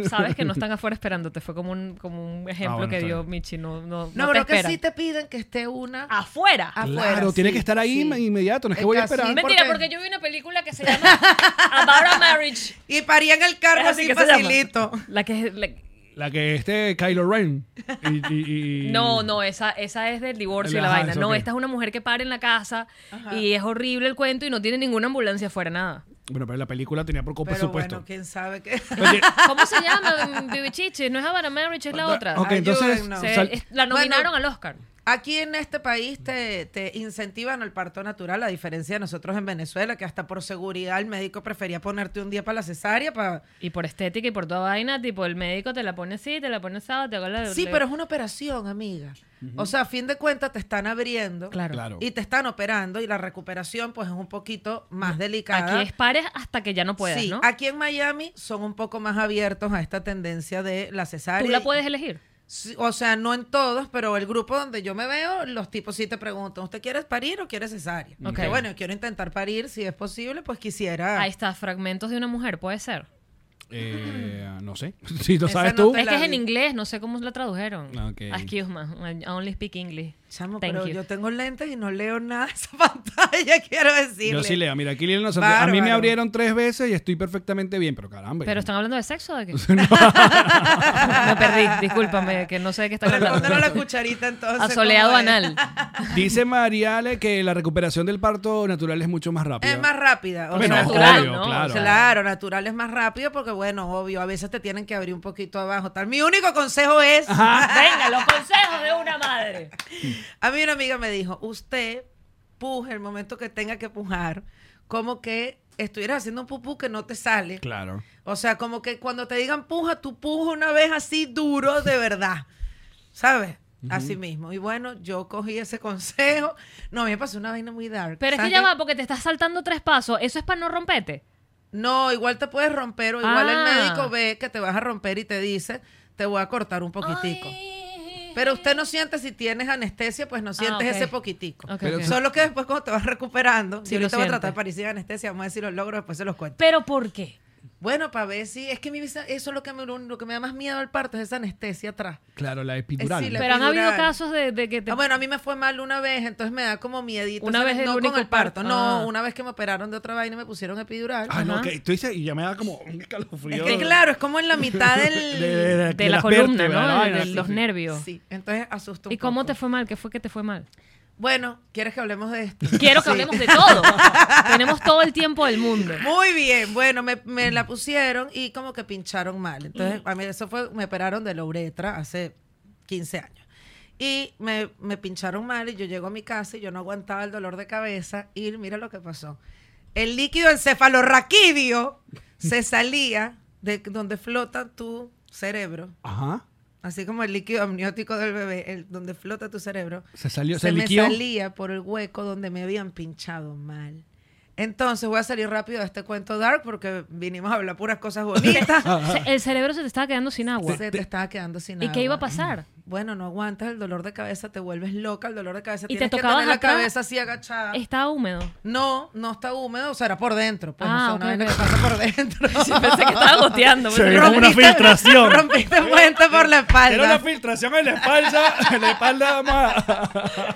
D: Sabes que no están afuera esperándote, fue como un, como un
E: Ah,
D: ejemplo
C: bueno,
D: que
C: está
D: dio
C: bien.
D: Michi, no, no, no,
E: No,
D: te
E: pero que
D: esperan. Ah,
E: sí te piden que esté una...
D: Afuera.
E: afuera,
C: Claro, tiene
E: sí,
C: que estar ahí
E: sí.
C: inmediato, no es que voy a
E: Venga, sí.
C: esperar.
E: ¿por
D: Mentira,
E: qué?
D: porque yo vi una película que se llama About a Marriage.
E: Y paría en el carro así,
D: que se llama.
E: facilito.
D: La que es- la-
C: La que esté Kylo Ren. Y, y- y-
D: No, no, esa, esa es del divorcio y la
C: Ajá,
D: vaina.
C: eso,
D: No,
C: ok.
D: esta es una mujer que para en la casa y es horrible el cuento y no tiene ninguna ambulancia afuera, nada.
C: Bueno, pero la película tenía poco
E: Pero
C: presupuesto.
E: bueno, quién sabe qué...
C: Pero tiene-
D: ¿Cómo se llama? Bibichichi, no es About a Marriage, es la otra.
C: ok, entonces...
E: Ayúdennos.
D: Se-
C: sal-
D: es- la nominaron
E: Bueno.
D: al Oscar.
E: Aquí en este país te, te incentivan al parto natural, a diferencia de nosotros en Venezuela, que hasta por seguridad el médico prefería ponerte un día para la cesárea. Para...
D: Y por estética y por toda vaina, tipo, el médico te la pone así, te la pone asado, te hago la...
E: Sí, pero es una operación, amiga. O sea, a fin de cuentas te están abriendo
D: Claro.
C: Claro.
E: y te están operando y la recuperación pues es un poquito más delicada.
D: Aquí es pares hasta que ya no puedas,
E: sí,
D: ¿no?
E: aquí en Miami son un poco más abiertos a esta tendencia de la cesárea.
D: Tú la puedes elegir.
E: Sí, O sea, no en todos, pero el grupo donde yo me veo, los tipos sí te preguntan, ¿usted quiere parir o quiere cesárea?
D: Ok.
E: Que Bueno, quiero intentar parir, si es posible, pues quisiera.
D: Ahí está, fragmentos de una mujer, puede ser.
C: eh, no sé. Si lo
E: Esa
C: sabes
E: no
C: tú...
E: te-
D: Es que es
E: la
D: en
E: vi.
D: inglés, no sé cómo la tradujeron.
C: Ah, Ok.
D: Excuse me, I only speak English.
E: Chamo,
D: Thank
E: pero
D: you.
E: yo tengo lentes y no leo nada de esa pantalla, quiero decirle.
C: Yo sí leo. Mira, aquí Liliana Santiago. A mí me
E: Bárbaro.
C: abrieron tres veces y estoy perfectamente bien, pero caramba.
D: ¿Pero
C: yo-
D: están hablando de sexo o de qué? Me perdí, discúlpame, que no sé de qué están hablando.
E: Respóndelo la cucharita entonces.
D: A soleado
E: ¿cómo es?
D: anal.
C: Dice Mariale que la recuperación del parto natural es mucho más rápida.
E: Es más rápida. o
C: Bueno,
E: sea,
D: natural,
C: obvio,
D: ¿no?
C: claro.
D: O sea,
E: Claro, natural es más rápido porque, bueno, obvio, a veces te tienen que abrir un poquito abajo. Tal. Mi único consejo es...
D: Venga, los consejos de una madre.
E: A mí una amiga me dijo, usted puja el momento que tenga que pujar, como que estuvieras haciendo un pupú que no te sale.
C: Claro.
E: O sea, como que cuando te digan puja, tú pujas una vez así duro de verdad. ¿Sabes? Así mismo. Y bueno, yo cogí ese consejo. No, a mí me pasó una vaina muy dark.
D: Pero es que
E: ¿Sabes
D: ya
E: qué?
D: va, porque te estás saltando tres pasos. Eso es para no romperte.
E: No, igual te puedes romper o igual
D: Ah.
E: el médico ve que te vas a romper y te dice, te voy a cortar un poquitico. Pero usted no siente si tienes anestesia, pues no sientes
D: Ah, ok.
E: ese poquitico.
D: Ok,
C: Pero-
D: ok.
E: Solo que después cuando te vas recuperando,
D: Sí,
E: yo
D: lo
E: ahorita voy a
D: siente.
E: tratar de parir sin anestesia, vamos a decir los logros, después se los cuento.
D: ¿Pero por qué?
E: Bueno, para ver si, es que mi visa- eso es lo que, me, lo que me da más miedo al parto, es esa anestesia atrás.
C: Claro, la epidural.
E: Eh, sí, la-
D: Pero han habido
E: epidural.
D: casos de, de que te...
E: Ah, bueno, a mí me fue mal una vez, entonces me da como miedito.
D: Una
E: ¿sabes?
D: vez el
E: no
D: único
E: con el
D: parto.
E: parto,
D: Ah.
E: no, una vez que me operaron de otra vaina y me pusieron epidural.
C: Ah, no,
D: Ajá.
C: que tú dices, y ya me da como un
E: es
C: calofrío.
E: que claro, es como en la mitad del...
C: De- de- de-
D: de,
C: de
D: la
C: las
D: columna,
C: vértebras, la
D: ¿no? De,
C: vaina,
D: de
C: sí,
D: los
C: sí.
D: nervios.
E: Sí, entonces asusta un
D: ¿Y cómo te
E: poco.
D: fue mal? ¿Qué fue que te fue mal?
E: Bueno, ¿quieres que hablemos de esto?
D: Quiero que
E: Sí.
D: hablemos de todo. Tenemos todo el tiempo del mundo.
E: Muy bien, bueno, me, me la pusieron y como que pincharon mal. Entonces, a mí eso fue, me operaron de la uretra hace 15 años. Y me, me pincharon mal y yo llego a mi casa y yo no aguantaba el dolor de cabeza y mira lo que pasó. El líquido encefalorraquídeo se salía de donde flota tu cerebro,
C: Ajá.
E: así como el líquido amniótico del bebé, el, donde flota tu cerebro
C: Se salió, se,
E: se me
C: liquió.
E: salía por el hueco donde me habían pinchado mal. Entonces voy a salir rápido de este cuento dark porque vinimos a hablar puras cosas bonitas.
C: Ah,
D: Se- El cerebro se te estaba quedando sin agua.
E: Se te estaba quedando sin
D: ¿Y
E: agua.
D: qué iba a pasar?
E: Bueno, no aguantas el dolor de cabeza, te vuelves loca, el dolor de cabeza.
D: ¿Y te
E: tienes que
D: tocabas
E: tener la
D: atrás?
E: cabeza así agachada.
D: Estaba húmedo.
E: No, no está húmedo, o sea, era por dentro. Pues,
D: Ah,
E: o sea,
D: ok,
E: una
D: ok.
E: vez que pasa por dentro.
D: Sí, pensé que estaba goteando.
C: Se
D: pues.
C: ve como una filtración.
E: Rompiste puente por la espalda.
C: Era una filtración en la espalda, en la espalda más.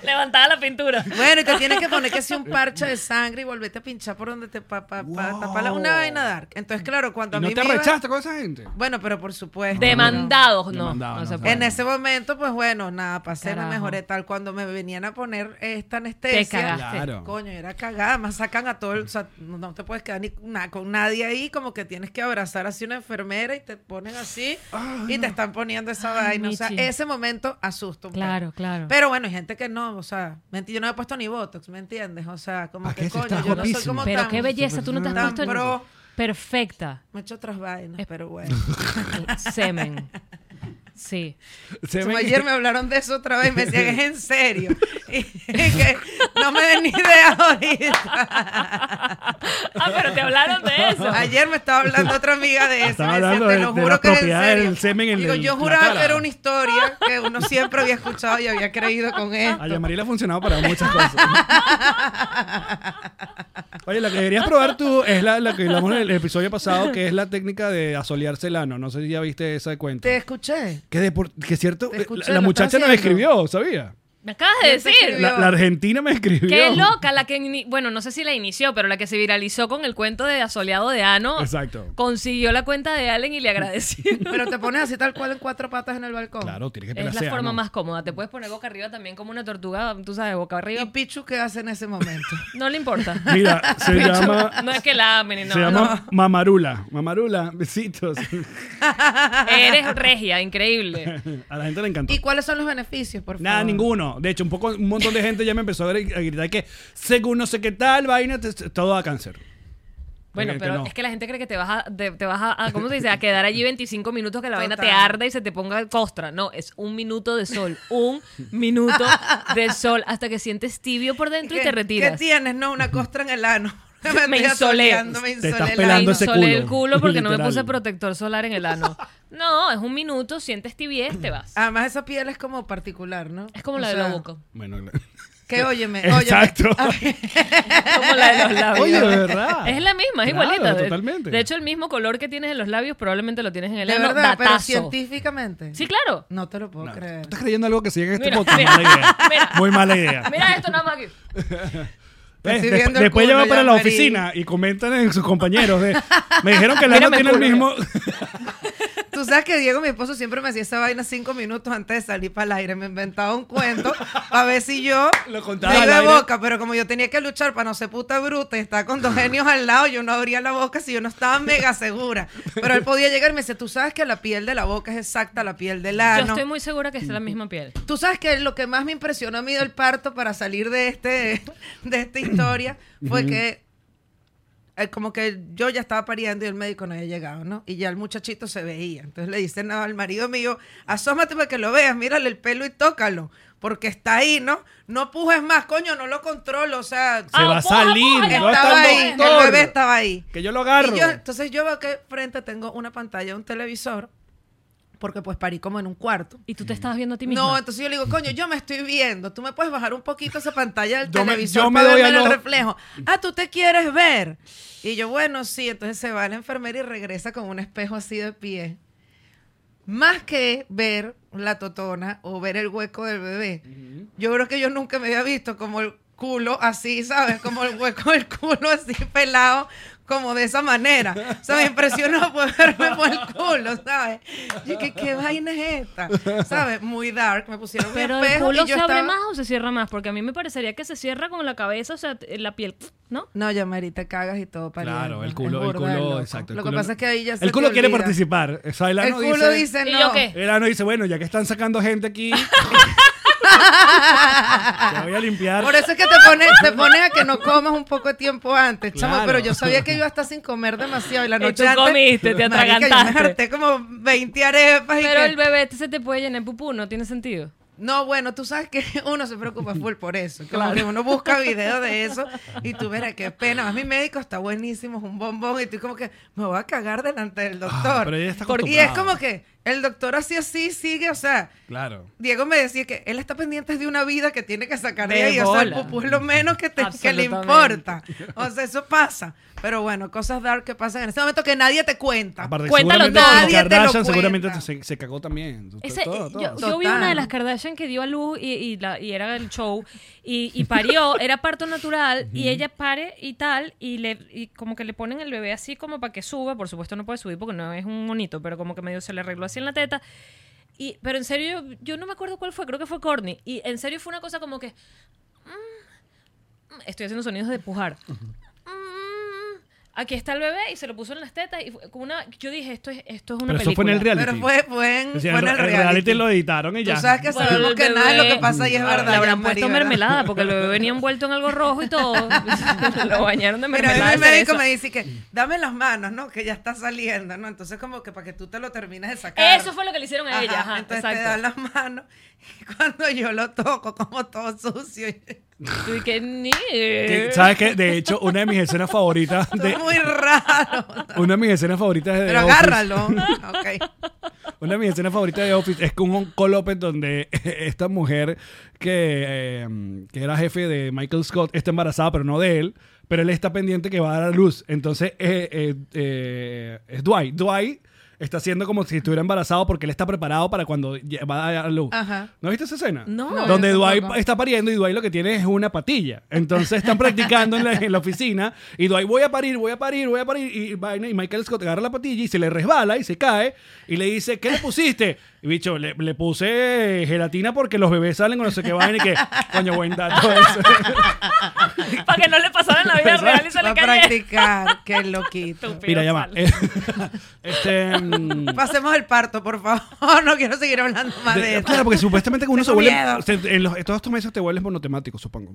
D: Levantaba la pintura.
E: Bueno, y te tienes que poner que si un parche de sangre y volverte a pinchar por donde te pa, pa- pa- tapa la- una vaina dark. Entonces, claro,
C: ¿Y
E: cuando a
C: no
E: mí
C: te
E: me iba-
C: arrechaste con esa gente?
E: Bueno, pero por supuesto.
D: Demandados, no.
C: Demandado,
D: no
C: no
D: se
C: se
D: puede.
E: En ese momento, pues bueno, nada, pasé,
D: Carajo.
E: me mejoré tal. Cuando me venían a poner esta anestesia,
D: cagaste.
C: Claro.
E: Coño, era cagada, más sacan a todo, el- o sea, no, no te puedes quedar ni na- con nadie ahí, como que tienes que abrazar así una enfermera y te ponen así
C: Ah,
E: y te están poniendo esa
D: Ay,
E: vaina, o sea,
D: Michi.
E: ese momento asusta un poco.
D: Claro, claro.
E: Pero bueno, hay gente que no, o sea, me enti- yo no me he puesto ni botox, ¿me entiendes? O sea, como
C: ¿Para
E: que
C: qué? Si
E: coño,
C: estás
E: yo no soy
C: guapísima.
E: como
D: Pero
E: tan-
D: qué belleza, tú no te has
E: tan
D: puesto Eh, en-
E: pro.
D: Perfecta.
E: Me he hecho otras vainas, pero bueno.
D: Semen. Sí.
C: Se
E: Como
C: ven-
E: Ayer me hablaron de eso otra vez y me decían, es en serio. Y que no me den ni idea ahorita.
D: Ah, pero te hablaron de eso.
E: Ayer me estaba hablando otra amiga de eso.
C: Estaba
E: Me decía,
C: hablando
E: te
C: de-
E: lo
C: de
E: juro
C: la
E: que es en
C: propiedad
E: serio.
C: del semen en
E: Digo,
C: el-
E: yo
C: la
E: juraba
C: cara.
E: que era una historia que uno siempre había escuchado y había creído con
D: Ah,
E: esto.
C: A Yamaril ha funcionado para muchas cosas. Oye, lo que deberías probar tú es la, la que hablamos en el episodio pasado, que es la técnica de asolearse el ano. No sé si ya viste esa cuenta.
E: Te escuché.
C: Que, de por- que cierto, eh,
E: Te escuché,
C: la, la
E: lo estás
C: muchacha nos
E: haciendo.
C: escribió, ¿sabía?
D: Me acabas de
E: ¿Quién te
D: decir.
E: escribió?
C: La, la argentina me escribió.
D: Qué loca la que, ini- bueno, no sé si la inició, pero la que se viralizó con el cuento de asoleado de Ano.
C: Exacto.
D: Consiguió la cuenta de Allen y le agradeció.
E: Pero te pones así tal cual en cuatro patas en el balcón.
C: Claro, tiene que
D: Es
C: pelarse
D: la
C: ano.
D: forma más cómoda. Te puedes poner boca arriba también como una tortuga, tú sabes, boca
E: ¿Y
D: arriba.
E: Pichu qué hace en ese momento?
D: No le importa.
C: Mira, se llama,
D: No es que la amen, y no.
C: se llama Mamarula. Mamarula, besitos.
D: no. Eres regia, increíble.
C: A la gente le encantó.
E: ¿Y cuáles son los beneficios, por favor?
C: Nada,
D: Ah.
C: ninguno. De hecho, un poco, un montón de gente ya me empezó a gri- a gritar que según no sé qué tal, vaina, te- todo da cáncer.
D: Bueno,
C: Porque
D: pero
C: no.
D: es que la gente cree que te vas a, de- te vas a, a- ¿cómo se dice? A quedar allí 25 minutos que la vaina te
E: Total.
D: arda y se te ponga costra. No, es un minuto de sol. Un minuto de sol hasta que sientes tibio por dentro y te
E: ¿Qué
D: retiras.
E: tienes? No, una costra en el ano.
D: Me
E: estoy
D: insolé.
E: asoleando, me
C: Te estás
E: insolé el
C: pelando
E: ano.
C: ese
D: Solé el
C: culo,
D: culo porque no me
C: literal.
D: puse protector solar en el ano. No, es un minuto, sientes tibiez, te vas.
E: Además, esa piel es como particular, ¿no?
D: Es como
E: Ah, O
D: la de
E: sea,
D: los bocos.
C: Bueno, la-
D: Eh,
E: Que óyeme, óyeme.
C: Exacto.
D: Como la de los labios.
C: Oye, de verdad.
D: Es la misma, es
C: Claro,
D: igualita. De-
C: totalmente.
D: De hecho, el mismo color que tienes en los labios probablemente lo tienes en el
E: De
D: ano.
E: verdad, pero
D: Datazo.
E: científicamente.
D: Sí, claro.
E: No te lo puedo
C: ¿Tú
E: creer.
C: estás creyendo algo que se llega en este
D: Mira,
C: podcast?
D: mira,
C: mala idea.
D: mira.
C: Muy mala idea.
D: Mira esto nada más aquí.
C: ¿Ves?
E: estoy
C: Después-
E: viendo el
C: después
E: culo,
C: lleva para la
E: Jean-Marie.
C: oficina y comentan en sus compañeros. de, me dijeron que el ano
D: Mírame el
C: tiene el
D: culo,
C: mismo.
E: Tú sabes que Diego, mi esposo, siempre me hacía esa vaina cinco minutos antes de salir para el aire. Me inventaba un cuento para ver si yo
C: Lo contaba
E: me
C: al
E: iba de
C: aire.
E: boca. Pero como yo tenía que luchar para no ser puta bruta y estar con dos genios al lado, yo no abría la boca si yo no estaba mega segura. Pero él podía llegar y me decía, tú sabes que la piel de la boca es exacta a la piel del
D: Yo
E: ano.
D: estoy muy segura que es
C: Mm.
D: la misma piel.
E: Tú sabes que lo que más me impresionó a mí del parto para salir de este de esta historia fue que eh, como que yo ya estaba pariendo y el médico no había llegado, ¿no? Y ya el muchachito se veía. Entonces le dicen al marido mío, asómate para que lo veas, mírale el pelo y tócalo, porque está ahí, ¿no? No pujes más, coño, no lo controlo, o sea,
C: Se va a salir.
D: Ah,
C: ¿dónde
E: estaba
C: está
E: ahí,
C: el
E: el
C: doctor?
E: bebé estaba ahí.
C: Que yo lo agarro.
E: Y yo- entonces yo veo que frente tengo una pantalla, un televisor, porque pues parí como en un cuarto.
D: Y
C: Mm.
D: tú te estabas viendo a ti misma.
E: No, entonces yo le digo, coño, yo me estoy viendo. Tú me puedes bajar un poquito esa pantalla del
C: Yo me-
E: televisor
C: yo me
E: para
C: doy
E: verme
C: a
E: en el
C: lo-
E: reflejo. Ah, tú te quieres ver. Y yo, bueno, sí. Entonces se va a la enfermera y regresa con un espejo así de pie. Más que ver la totona o ver el hueco del bebé, yo creo que yo nunca me había visto como el culo así, ¿sabes? Como el hueco del culo así pelado, como de esa manera. O sea, me impresionó poder verme por el culo, ¿sabes? Yo que qué vaina es esta, ¿sabes? Muy dark, me pusieron un
D: Pero el
E: espejo
D: culo se
E: y yo
D: abre
E: estaba...
D: más o se cierra más, porque a mí me parecería que se cierra con la cabeza, o sea, t- la piel, ¿no?
E: No, ya te cagas y todo para
C: Claro, el culo, el culo, exacto. el
E: Lo
C: culo
E: que
C: no-
E: pasa es que ahí ya se
C: El
E: te
C: culo quiere
E: olvida.
C: participar. O sea, el
E: El
C: ano
E: culo
C: dice.
E: dice "Eh".
D: ¿Y
E: no.
D: yo qué?
C: El ano dice, bueno, ya que están sacando gente aquí, te voy a limpiar.
E: Por eso es que te pones, te pones a que no comas un poco de tiempo antes, chamo.
C: Claro.
E: Pero yo sabía que iba a estar sin comer demasiado y la
D: Y
E: noche
D: tú
E: antes.
D: comiste, te
E: marica, Yo
D: atragantaste.
E: me harté como 20 arepas y
D: Pero
E: que-
D: el bebé se te puede llenar pupú, no tiene sentido.
E: No, bueno, tú sabes que uno se preocupa full por eso. Como
D: Claro.
E: que uno busca videos de eso y tú verás qué pena. Más mi médico está buenísimo, es un bombón y tú como que me voy a cagar delante del doctor.
C: Ah, pero ella está
E: y es
C: acostumbrada.
E: como que el doctor así así sigue, o sea,
C: Claro.
E: Diego me decía que él está pendiente de una vida que tiene que sacar de
D: De
E: ahí. O sea, el
D: bola.
E: pupú es lo menos que, te- que le importa.
D: Absolutamente.
E: O sea, eso pasa. Pero bueno, cosas dark que pasan en ese momento que nadie te cuenta.
C: Aparte,
D: Cuéntalo
C: seguramente
D: todo.
C: con
E: Nadie te lo
C: Kardashian
E: cuenta.
C: seguramente se, se cagó también.
D: Ese- eh,
C: Todo, todo.
D: Yo, yo vi
E: Total.
D: una de las Kardashian que dio a luz y, y la- y era el show y, y parió, era parto natural y ella pare y tal y le y como que le ponen el bebé así como para que suba, por supuesto no puede subir porque no es un monito, pero como que medio se le arregló así en la teta Y, pero en serio, yo, yo no me acuerdo cuál fue, creo que fue Courtney. Y en serio fue una cosa como que. mm, mm, estoy haciendo sonidos de pujar. Mm, aquí está el bebé y se lo puso en las tetas. Y fue como una, yo dije, esto es, esto es una
C: Pero eso
D: película.
C: fue en el reality.
E: Pero fue, fue en,
C: O sea,
E: fue en
C: el,
E: el reality.
C: lo editaron y ya.
E: Tú sabes que
D: Bueno,
E: sabemos
D: el
E: que nada de lo
D: bebé-
E: que pasa ahí es
D: Ah,
E: verdad.
D: Le habrán
E: Jean-Marie,
D: puesto
E: ¿verdad?
D: mermelada, porque el bebé venía envuelto en algo rojo y todo. lo bañaron de
E: Mira, a mí
D: mermelada.
E: el
D: de
E: médico
D: cerezo.
E: me dice que dame las manos, ¿no? Que ya está saliendo, ¿no? Entonces como que para que tú te lo termines de sacar.
D: Eso fue lo que le hicieron a ella. Ajá,
E: entonces
D: exacto.
E: te dan las manos y cuando yo lo toco como todo sucio.
D: Tú y que ni-
C: Que- ¿Sabes qué? De hecho, una de mis escenas favoritas de,
E: Es muy raro.
C: una de mis escenas favoritas de
E: Pero
C: The Office-
E: agárralo. Ok.
C: Una de mis escenas favoritas de Office es con un López donde esta mujer que, eh, que era jefe de Michael Scott está embarazada, pero no de él, pero él está pendiente que va a dar a luz. Entonces eh, eh, eh, es Dwight. Dwight está haciendo como si estuviera embarazado porque él está preparado para cuando ya- va a dar a luz.
E: Ajá.
C: ¿No viste esa escena?
D: No.
E: No,
C: Donde
E: yo
C: Dwight
E: tampoco.
C: está pariendo y Dwight lo que tiene es una patilla. Entonces están practicando en la, en la oficina y Dwight voy a parir, voy a parir, voy a parir. Y, vaina, y Michael Scott agarra la patilla y se le resbala y se cae y le dice, ¿qué le pusiste? Y bicho, le, le puse gelatina porque los bebés salen con no sé qué vaina y que, coño, buen dato eso.
D: Para que no le pasara en la vida real y se
E: Pues Va
D: le
E: a
D: cayera.
E: practicar. Qué loquito.
D: Estúpido,
C: Mira, ya va.
D: sal.
C: Eh, este... mm,
E: Pasemos el parto, por favor. No quiero seguir hablando más
C: de-
E: de esto.
C: claro, porque supuestamente que uno se
E: Tengo
C: vuelve...
E: miedo.
C: se- en los- todos estos meses te vuelves monotemático, supongo.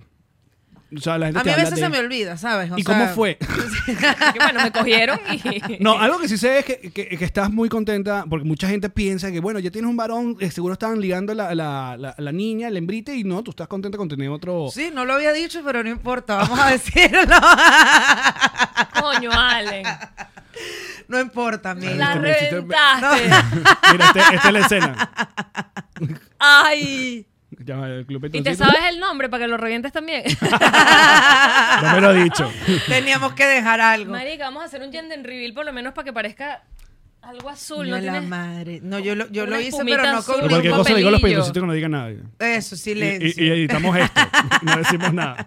C: O sea, la gente
E: A
C: te
E: mí a
C: habla
E: veces
C: de-
E: se me olvida, ¿sabes? O
C: ¿Y cómo
E: sea,
C: fue?
D: Que bueno, me cogieron y.
C: No, algo que sí sé es que, que- que estás muy contenta porque mucha gente piensa que, bueno, ya tienes un varón, eh, seguro estaban ligando la, la, la, la niña, el hembrite, y no, tú estás contenta con tener otro.
E: Sí, no lo había dicho, pero no importa, vamos a decirlo.
D: Coño, Allen.
E: No importa, mira.
D: La
C: este me hiciste-
D: reventaste.
C: Mira, este- esta es la escena.
D: Ay.
C: Ya va, el club
D: ¿Y te
C: Petoncito.
D: sabes el nombre para que lo revientes también?
C: No me lo he dicho.
E: Teníamos que dejar algo.
D: Marica, vamos a hacer un gender reveal por lo menos para que parezca algo azul.
E: No,
D: No,
E: la
D: tienes-
E: madre. No, yo lo, yo
D: una
E: lo hice,
D: espumita
E: pero no
D: azul.
E: con
C: Pero
E: ningún
C: cualquier cosa
E: papel.
C: digo a los
D: papelillo.
C: Petoncitos que no digan nada. Y-
E: Eso,
C: Y,
E: silencio.
C: y editamos esto. No decimos nada.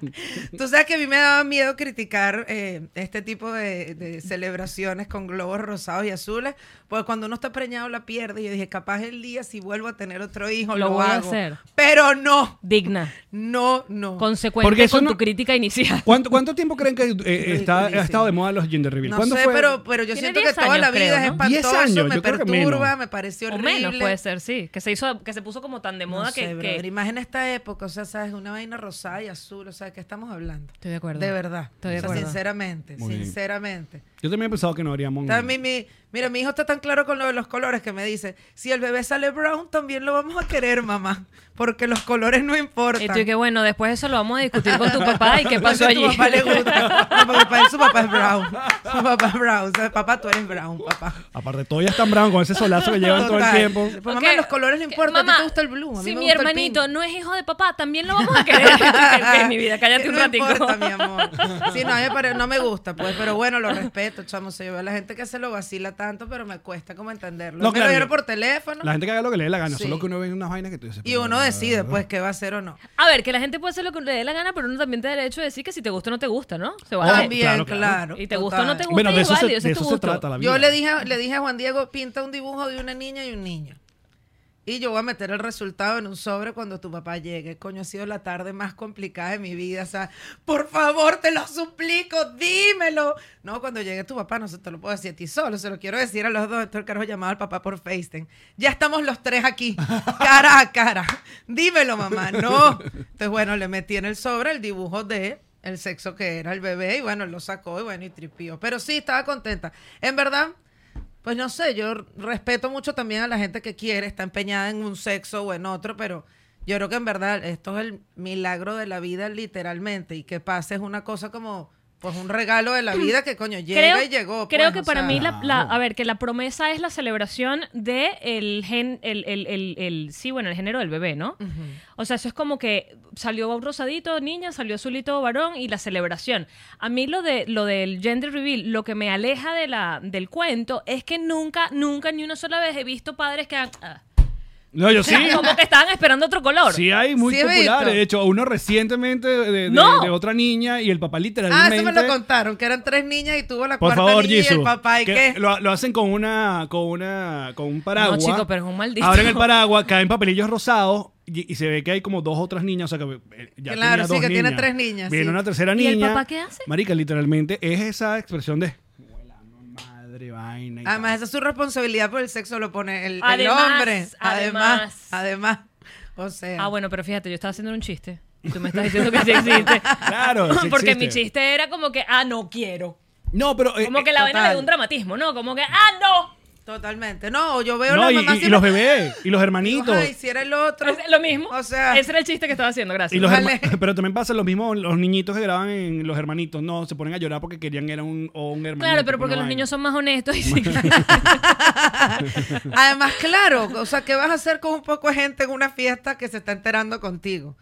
E: Tú sabes que a mí me daba miedo criticar eh, este tipo de, de celebraciones con globos rosados y azules, porque cuando uno está preñado la pierde. Y yo dije, capaz el día si vuelvo a tener otro hijo
D: Lo
E: lo,
D: voy a
E: hago.
D: hacer.
E: Pero no,
D: Digna.
E: no, no.
D: Consecuente
C: Porque eso
D: con
C: no-
D: tu crítica inicial.
C: ¿Cuánto, ¿Cuánto tiempo creen que eh, está,
E: Ridiculísimo.
C: ha estado de moda los gender reveal?
E: No
C: ¿Cuándo
E: sé,
C: fue?
E: pero, pues, pero yo
D: Tiene
E: siento que
D: 10
E: toda la
D: años,
E: vida
D: creo, ¿no?
E: es
C: 10
E: espantoso,
C: años,
E: me
C: yo creo que
E: perturba,
C: menos.
E: me parece
D: O
E: horrible.
D: menos puede ser, sí. Que se hizo, que se puso como tan de moda
E: No
D: que,
E: sé,
D: que-
E: brother, imagina esta época, o sea, sabes, una vaina rosada y azul, o sea, ¿de qué estamos hablando?
D: Estoy de acuerdo.
E: De verdad.
D: Estoy de
E: O sea,
D: acuerdo.
E: sinceramente,
C: Muy bien.
E: sinceramente.
C: Yo también he pensado que no habríamos.
E: Está mi- mi- mira, mi hijo está tan claro con lo de los colores que me dice, si el bebé sale brown, también lo vamos a querer, mamá, porque los colores no importan.
D: Y tú y que bueno, después eso lo vamos a discutir con tu papá y qué pasó
E: Eso a
D: allí.
E: tu papá le gusta. No, porque para él su papá es brown. Su papá es brown. O sea, papá, tú eres brown, papá.
C: Aparte, todavía están bravos con ese solazo que llevan todo el
E: Total.
C: tiempo.
E: Pues,
D: Ok,
E: mamá, los colores no
D: que-
E: importan. ¿A ti
D: mamá,
E: te gusta el blue? A mí
D: si
E: me
D: mi
E: gusta el
D: hermanito
E: pink.
D: no es hijo de papá, también lo vamos a querer. Ok, mi vida, cállate
E: Que
D: un
E: no
D: ratito.
E: importa, mi amor. Sí, no, a mí me pare- no me gusta, pues, pero bueno, lo respeto, chamo. Se yo veo a la gente que se lo vacila tanto, pero me cuesta como entenderlo.
C: No,
E: me
C: claro.
E: lo dieron por teléfono
C: La Ah. gente que haga lo que le dé la gana,
E: Sí.
C: solo que uno ve unas vainas que tú dices.
E: y uno decide, pues, qué va a hacer o no.
D: A ver, que la gente puede hacer lo que le dé la gana, pero uno también tiene derecho de decir que si te gusta o no te gusta, ¿no? Se vale.
E: También,
C: claro,
E: claro.
C: claro.
D: Y te gusta o no te
E: total.
D: gusta,
C: Bueno,
D: y
C: de
D: es
C: eso, se,
D: válido, ese
C: de
D: es tu
C: eso se
D: gusto.
C: trata la vida.
E: Yo le dije, a- le dije a Juan Diego, pinta un dibujo de una niña y un niño. Y yo voy a meter el resultado en un sobre cuando tu papá llegue. Coño, ha sido la tarde más complicada de mi vida. O sea, por favor, te lo suplico, dímelo. No, cuando llegue tu papá, no se te lo puedo decir a ti solo, se lo quiero decir a los dos. Entonces el carajo llamaba al papá por FaceTime. Ya estamos los tres aquí, cara a cara. Dímelo, mamá. No. Entonces, bueno, le metí en el sobre el dibujo de el sexo que era el bebé y bueno, lo sacó y bueno, y tripió. Pero sí, estaba contenta. En verdad, pues no sé, yo respeto mucho también a la gente que quiere, está empeñada en un sexo o en otro, pero yo creo que en verdad esto es el milagro de la vida literalmente y que pase es una cosa como pues un regalo de la vida que coño llega y llegó.
D: Mm. creo
E: pues,
D: que
E: o
D: para
E: sea,
D: mí, la, la- a ver, que la promesa es la celebración de el gen, el, el, el, el- sí, bueno, el género del bebé, ¿no? O sea, eso es como que salió rosadito niña, salió azulito varón y la celebración. A mí lo de lo del gender reveal, lo que me aleja de la, del cuento es que nunca, nunca, ni una sola vez he visto padres que han... ah,
C: No, yo sí.
D: Como que estaban esperando otro color.
C: Sí hay muy
E: Sí he
C: populares.
E: visto.
C: De hecho, uno recientemente de, de-
D: No.
C: de otra niña y el papá
E: Ah,
C: literalmente...
E: eso me lo contaron, que eran tres niñas y tuvo la
C: Por
E: cuarta
C: favor,
E: niña y
C: Jisoo.
E: el papá y
C: que
E: qué.
C: Lo, lo hacen con una, con una, con un paraguas.
D: No, chico, pero es un maldito.
C: Abren el paraguas, caen papelillos rosados y, y se ve que hay como dos otras niñas. O sea, que eh, ya
E: Claro,
C: tenía
E: sí,
C: dos
E: que tiene
C: niñas.
E: tres niñas,
C: Viene
E: sí.
C: una tercera
D: ¿Y
C: niña.
D: el papá qué hace?
C: Marica, literalmente es esa expresión de. "Huela madre vaina. y
E: Además, esa es su responsabilidad por el sexo, lo pone el, el
D: Además,
E: hombre. Además,
D: además.
E: además. O sea,
D: Ah, bueno, pero fíjate, yo estaba haciendo un chiste. Y tú me estás diciendo que sí existe.
C: Claro, sí
D: Porque
C: existe.
D: mi chiste era como que, ah, no quiero.
C: tal". No, pero. eh,
D: Como que
C: eh,
D: la vaina
E: total.
D: le da un dramatismo, ¿no? Como que, ah, no.
E: totalmente. No, yo veo
C: no,
E: la
C: y,
E: mamá
C: y- y los bebés, y los hermanitos.
E: Ay, si era el otro.
D: Es lo mismo.
E: O sea,
D: Ese era el chiste que estaba haciendo, gracias.
C: Y los
E: Vale.
C: herma- pero también pasa lo mismo los niñitos que graban en los hermanitos no se ponen a llorar porque querían era un o un hermanito
D: Claro, pero porque
C: una
D: los
C: vaina.
D: niños son más honestos y sí.
E: además, claro, o sea, ¿qué vas a hacer con un poco de gente en una fiesta que se está enterando contigo?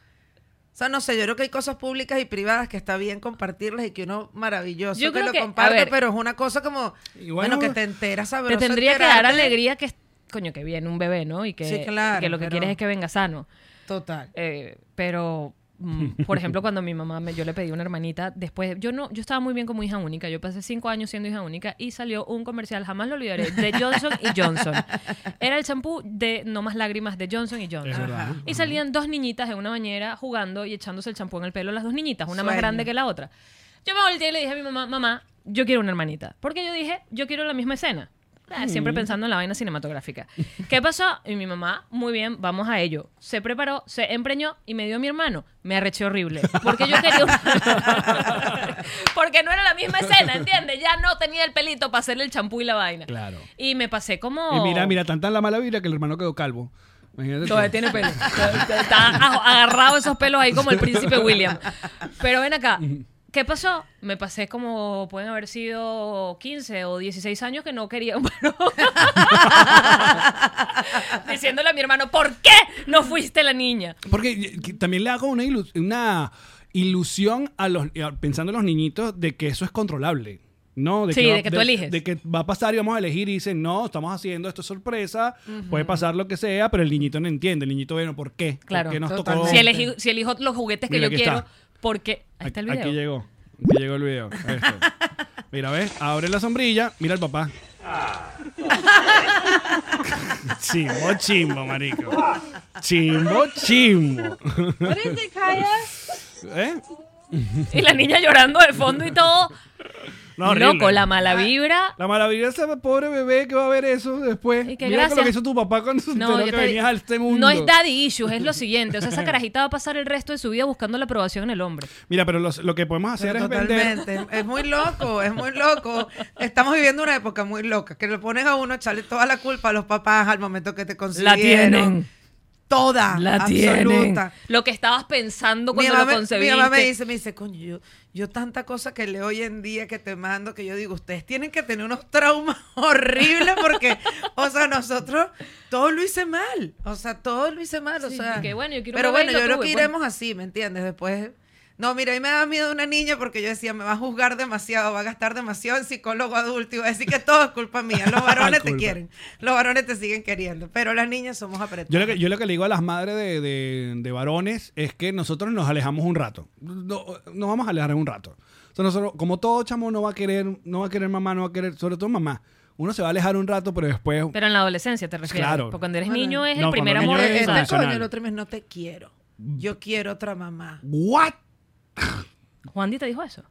E: O sea, no sé, yo creo que hay cosas públicas y privadas que está bien compartirlas y que uno maravilloso
D: Yo
E: que
D: creo
E: lo
D: que- a
E: comparte,
D: ver.
E: pero es una cosa como,
C: Y bueno,
E: bueno, que te enteras,
D: Te
E: sabroso
D: tendría que dar
E: enterarte.
D: alegría que, coño, que viene un bebé, ¿no? Y que,
E: Sí, claro,
D: y que lo que
E: pero-
D: quieres es que venga sano.
E: Total.
D: Eh, pero, mm, por ejemplo, cuando mi mamá, me, yo le pedí una hermanita, después, yo no, yo estaba muy bien como hija única, yo pasé cinco años siendo hija única y salió un comercial, jamás lo olvidaré, de Johnson y Johnson. Era el champú de No Más Lágrimas de Johnson y
C: Es
D: Johnson.
C: verdad.
D: Y salían dos niñitas en una bañera jugando y echándose el champú en el pelo, las dos niñitas, una más
E: Sueño.
D: grande que la otra. Yo me volteé y le dije a mi mamá, mamá, yo quiero una hermanita. Porque yo dije, yo quiero la misma escena. Ah, Siempre pensando en la vaina cinematográfica. ¿Qué pasó? Y mi mamá, muy bien, vamos a ello. Se preparó, se empreñó y me dio a mi hermano. Me arreché horrible. Porque yo quería una- Porque no era la misma escena, ¿entiendes? Ya no tenía el pelito para hacerle el champú y la vaina.
C: Claro.
D: Y me pasé como...
C: Y mira, mira, tanta es la mala vida que el hermano quedó calvo. Imagínate. tú.
D: Todavía tiene pelo. Está aj- agarrado esos pelos ahí como el príncipe William. Pero ven acá. ¿Qué pasó? Me pasé como pueden haber sido 15 o 16 años que no quería un varón. Diciéndole a mi hermano, ¿por qué no fuiste la niña?
C: Porque eh, que también le hago una, ilu- una ilusión a los a- pensando en los niñitos de que eso es controlable. No, de
D: Sí,
C: va-
D: de que tú eliges.
C: De que va a pasar y vamos a elegir y dicen, no, estamos haciendo esto es sorpresa, puede pasar lo que sea, pero el niñito no entiende. El niñito, bueno, ¿por qué? ¿Por
D: Claro,
C: qué nos tocó?
E: totalmente.
D: Si, elegí- si elijo los juguetes que
C: Mira,
D: yo
C: aquí
D: quiero,
C: está.
D: porque. Ahí está el video.
C: Aquí llegó. Aquí llegó el video. Esto. Mira, ¿ves? Abre la sombrilla, mira al papá. Chimbo, chimbo, marico. Chimbo, chimbo. ¿Eh?
D: Y la niña llorando de fondo y todo.
C: No, horrible. Ah.
D: Loco, la mala vibra.
C: La maravillosa pobre bebé que va a ver eso después.
D: Y que
C: Mira
D: gracias.
C: lo que hizo tu papá cuando se enteró
D: yo
C: que
D: te-
C: venías a este mundo.
D: No es daddy issues, es lo siguiente. O sea, esa carajita va a pasar el resto de su vida buscando la aprobación en el hombre.
C: Mira, pero los- lo que podemos hacer
E: Pero
C: es vender.
E: totalmente. Es muy loco, es muy loco. Estamos viviendo una época muy loca, que le pones a uno a echarle toda la culpa a los papás al momento que te consiguieron.
D: tienen.
E: Toda. absoluta.
D: Lo que estabas pensando
E: Mi
D: cuando
E: mamá,
D: lo
E: me- mi
D: concebiste.
E: mamá me dice, me dice, coño, yo, yo tanta cosa que leo hoy en día que te mando, que yo digo, ustedes tienen que tener unos traumas horribles porque, o sea, nosotros todo lo hice mal, o sea, todo lo hice mal, o
D: Sí,
E: sea.
D: que bueno, yo quiero
E: pero
D: un bebé
E: bueno,
D: y
E: yo
D: lo tuve,
E: creo
D: pues.
E: que
D: bueno.
E: iremos así, ¿me entiendes? Después, no, mira, a mí me da miedo una niña porque yo decía, me va a juzgar demasiado, va a gastar demasiado en psicólogo adulto y va a decir que todo es culpa mía, los varones te
C: Culpa.
E: quieren, los varones te siguen queriendo, pero las niñas somos apretadas.
C: Yo lo, que, yo lo que le digo a las madres de, de- de varones es que nosotros nos alejamos un rato. No- nos vamos a alejar un rato. O sea, nosotros, como todo chamo no va a querer, no va a querer mamá, no va a querer, sobre todo mamá. Uno se va a alejar un rato, pero después
D: Pero en la adolescencia te refieres.
C: Claro.
D: Porque cuando eres
E: Bueno.
D: niño es
C: No,
D: el primer
C: cuando
D: amor
C: eres
D: de
E: Eh,
D: tu
C: niño
D: vida.
E: Este coño,
C: Sensacional.
E: el otro mes no te quiero. Yo quiero otra mamá.
C: what?
D: Juan Di te dijo eso.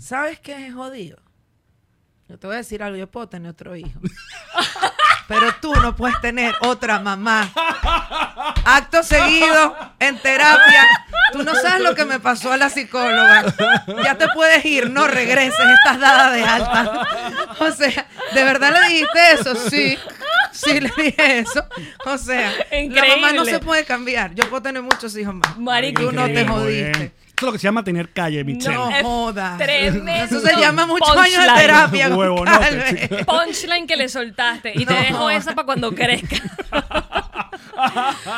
E: ¿Sabes qué es jodido? Yo te voy a decir algo, yo puedo tener otro hijo. Pero tú no puedes tener otra mamá. Acto seguido, en terapia. Tú no sabes lo que me pasó a la psicóloga. Ya te puedes ir, no regreses, estás dada de alta. O sea, ¿de verdad le dijiste eso? Sí. Sí, le dije eso. O sea, la mamá no
D: Increíble.
E: se puede cambiar. Yo puedo tener muchos hijos más.
D: Marico,
E: tú no te
C: Increíble, muy
E: jodiste.
C: bien. es lo que se llama tener calle, Michelle.
E: No
D: Es
E: jodas.
D: tremendo
E: Eso se llama muchos años de
D: punchline.
E: terapia.
C: Huevo, no,
E: Goncalves.
C: que
D: Punchline que le soltaste. Y te
E: No.
D: dejo esa para cuando crezca.